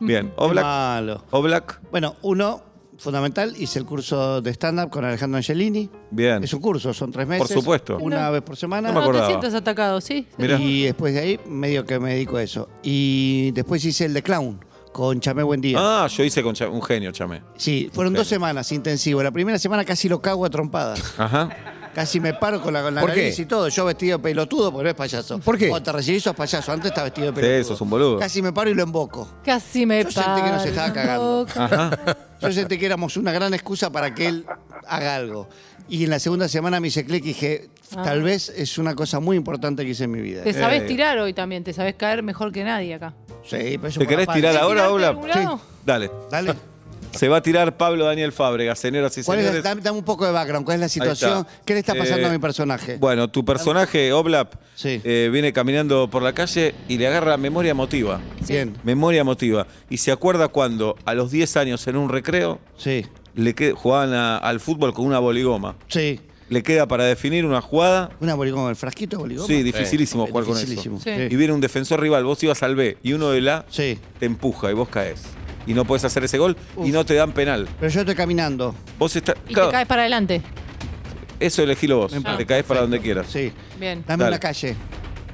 Speaker 3: Bien. Oblak.
Speaker 5: Malo.
Speaker 3: Oblak.
Speaker 5: Bueno, uno fundamental, hice el curso de stand-up con Alejandro Angelini.
Speaker 3: Bien.
Speaker 5: Es un curso, son tres meses.
Speaker 3: Por supuesto.
Speaker 5: Una vez por semana.
Speaker 3: No me
Speaker 6: No, te
Speaker 3: acordaba.
Speaker 6: sientas atacado, sí.
Speaker 3: Mirá.
Speaker 5: Y después de ahí, medio que me dedico a eso. Y después hice el de clown con Chamé Buendía.
Speaker 3: Ah, yo hice con Cha- un genio, chamé.
Speaker 5: Sí, fueron dos semanas intensivo. La primera semana casi lo cago a trompadas.
Speaker 3: Ajá.
Speaker 5: Casi me paro con la, con la
Speaker 9: ¿Por qué?
Speaker 5: nariz y todo. Yo vestido de pelotudo, porque no es payaso.
Speaker 9: ¿Por qué?
Speaker 5: O te recibís, sos payaso. Antes estaba vestido de
Speaker 3: Sí,
Speaker 5: pelotudo.
Speaker 3: sos un boludo.
Speaker 5: Casi me paro y lo emboco.
Speaker 6: Casi me
Speaker 5: Yo sentí que nos
Speaker 6: paro.
Speaker 5: estaba cagando.
Speaker 3: Ajá.
Speaker 5: Yo sentí que éramos una gran excusa para que él haga algo. Y en la segunda semana me hice clic y dije,
Speaker 6: Ah.
Speaker 5: tal vez es una cosa muy importante que hice en mi vida.
Speaker 6: Te sabes
Speaker 3: Eh.
Speaker 6: tirar hoy también, te sabes caer mejor que nadie acá.
Speaker 5: Sí, pero eso
Speaker 3: ¿Te
Speaker 5: por
Speaker 3: querés
Speaker 5: la
Speaker 3: tirar
Speaker 5: parte.
Speaker 3: ahora,
Speaker 6: ¿Tirarte de
Speaker 3: Oblak?
Speaker 6: algún lado?
Speaker 3: Dale.
Speaker 5: Dale.
Speaker 3: Se va a tirar Pablo Daniel Fábregas, señoras y
Speaker 5: ¿Cuál es la-
Speaker 3: señores.
Speaker 5: dame, dame un poco de background. ¿Cuál es la
Speaker 3: Ahí está.
Speaker 5: situación? ¿Qué le está pasando
Speaker 3: Eh,
Speaker 5: a mi personaje?
Speaker 3: Bueno, tu personaje, Oblap,
Speaker 5: Sí.
Speaker 3: eh, viene caminando por la calle y le agarra memoria emotiva.
Speaker 5: Bien.
Speaker 3: Memoria emotiva. Y se acuerda cuando, a los 10 años, en un recreo,
Speaker 5: Sí.
Speaker 3: le que- jugaban a- al fútbol con una boligoma.
Speaker 5: Sí.
Speaker 3: Le queda para definir una jugada.
Speaker 5: Una boligoma, el frasquito de boligoma.
Speaker 3: Sí, dificilísimo
Speaker 5: Es
Speaker 3: jugar con
Speaker 5: dificilísimo.
Speaker 3: eso.
Speaker 6: Sí.
Speaker 3: Y viene un defensor rival, vos ibas al B y uno del A
Speaker 5: Sí.
Speaker 3: te empuja y vos caes. Y no podés hacer ese gol y no te dan penal.
Speaker 5: Pero yo estoy caminando.
Speaker 3: Vos estás.
Speaker 6: Y te caes para adelante.
Speaker 3: Eso elegilo vos.
Speaker 5: Me
Speaker 3: Te
Speaker 5: parece.
Speaker 3: caes para donde quieras.
Speaker 5: Sí.
Speaker 6: Bien.
Speaker 5: Dame
Speaker 3: Dale.
Speaker 5: una calle.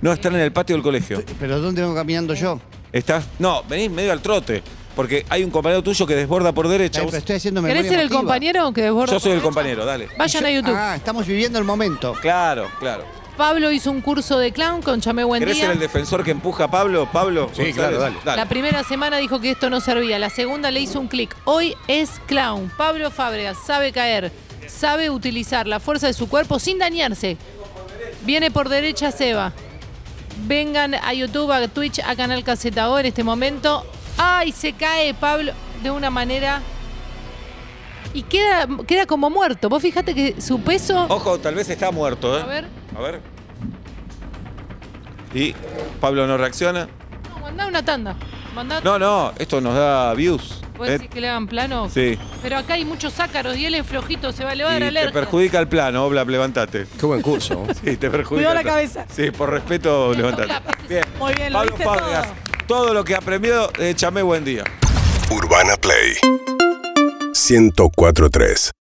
Speaker 3: No, están en el patio del colegio.
Speaker 5: ¿Pero dónde vengo caminando yo?
Speaker 3: Estás. No, venís medio al trote. Porque hay un compañero tuyo que desborda por derecha.
Speaker 5: Ay,
Speaker 3: Vos-
Speaker 5: pero estoy haciendo memoria
Speaker 6: ¿Querés ser el
Speaker 5: emotiva.
Speaker 6: compañero que desborda?
Speaker 3: Yo soy el compañero, dale.
Speaker 6: Vayan a YouTube.
Speaker 5: Ah, estamos viviendo el momento.
Speaker 3: Claro, claro.
Speaker 6: Pablo hizo un curso de clown con Chamé
Speaker 3: ¿Querés ser
Speaker 6: Buendía.
Speaker 3: el defensor que empuja a Pablo? Pablo.
Speaker 9: Sí,
Speaker 3: González,
Speaker 9: claro, dale.
Speaker 6: La primera semana dijo que esto no servía. La segunda le hizo un clic. Hoy es clown. Pablo Fábregas sabe caer, sabe utilizar la fuerza de su cuerpo sin dañarse. Viene por derecha Seba. Vengan a YouTube, a Twitch, a Canal Casetador en este momento. ¡Ay! Se cae Pablo de una manera. Y queda, queda como muerto. Vos fijate que su peso.
Speaker 3: Ojo, tal vez está muerto, ¿eh?
Speaker 6: A ver.
Speaker 3: A ver. Y Pablo no reacciona.
Speaker 6: No, mandá una tanda. Mandá.
Speaker 3: No, no, esto nos da views.
Speaker 6: ¿Puedes
Speaker 3: ¿eh?
Speaker 6: decir que le hagan plano?
Speaker 3: Sí.
Speaker 6: Pero acá hay muchos ácaros y él es flojito, se va a elevar
Speaker 3: Y te
Speaker 6: alerta.
Speaker 3: perjudica el plano, Oblap, levantate.
Speaker 9: Qué buen curso.
Speaker 3: Sí, te perjudica.
Speaker 4: Cuidado la
Speaker 3: el plano.
Speaker 4: cabeza.
Speaker 3: Sí, por respeto, levantate. Bien.
Speaker 4: Muy bien, lo
Speaker 3: Pablo
Speaker 4: viste
Speaker 3: Fábregas,
Speaker 4: todo.
Speaker 3: todo lo que aprendió, eh, chamé buen día.
Speaker 1: Urbana Play 1043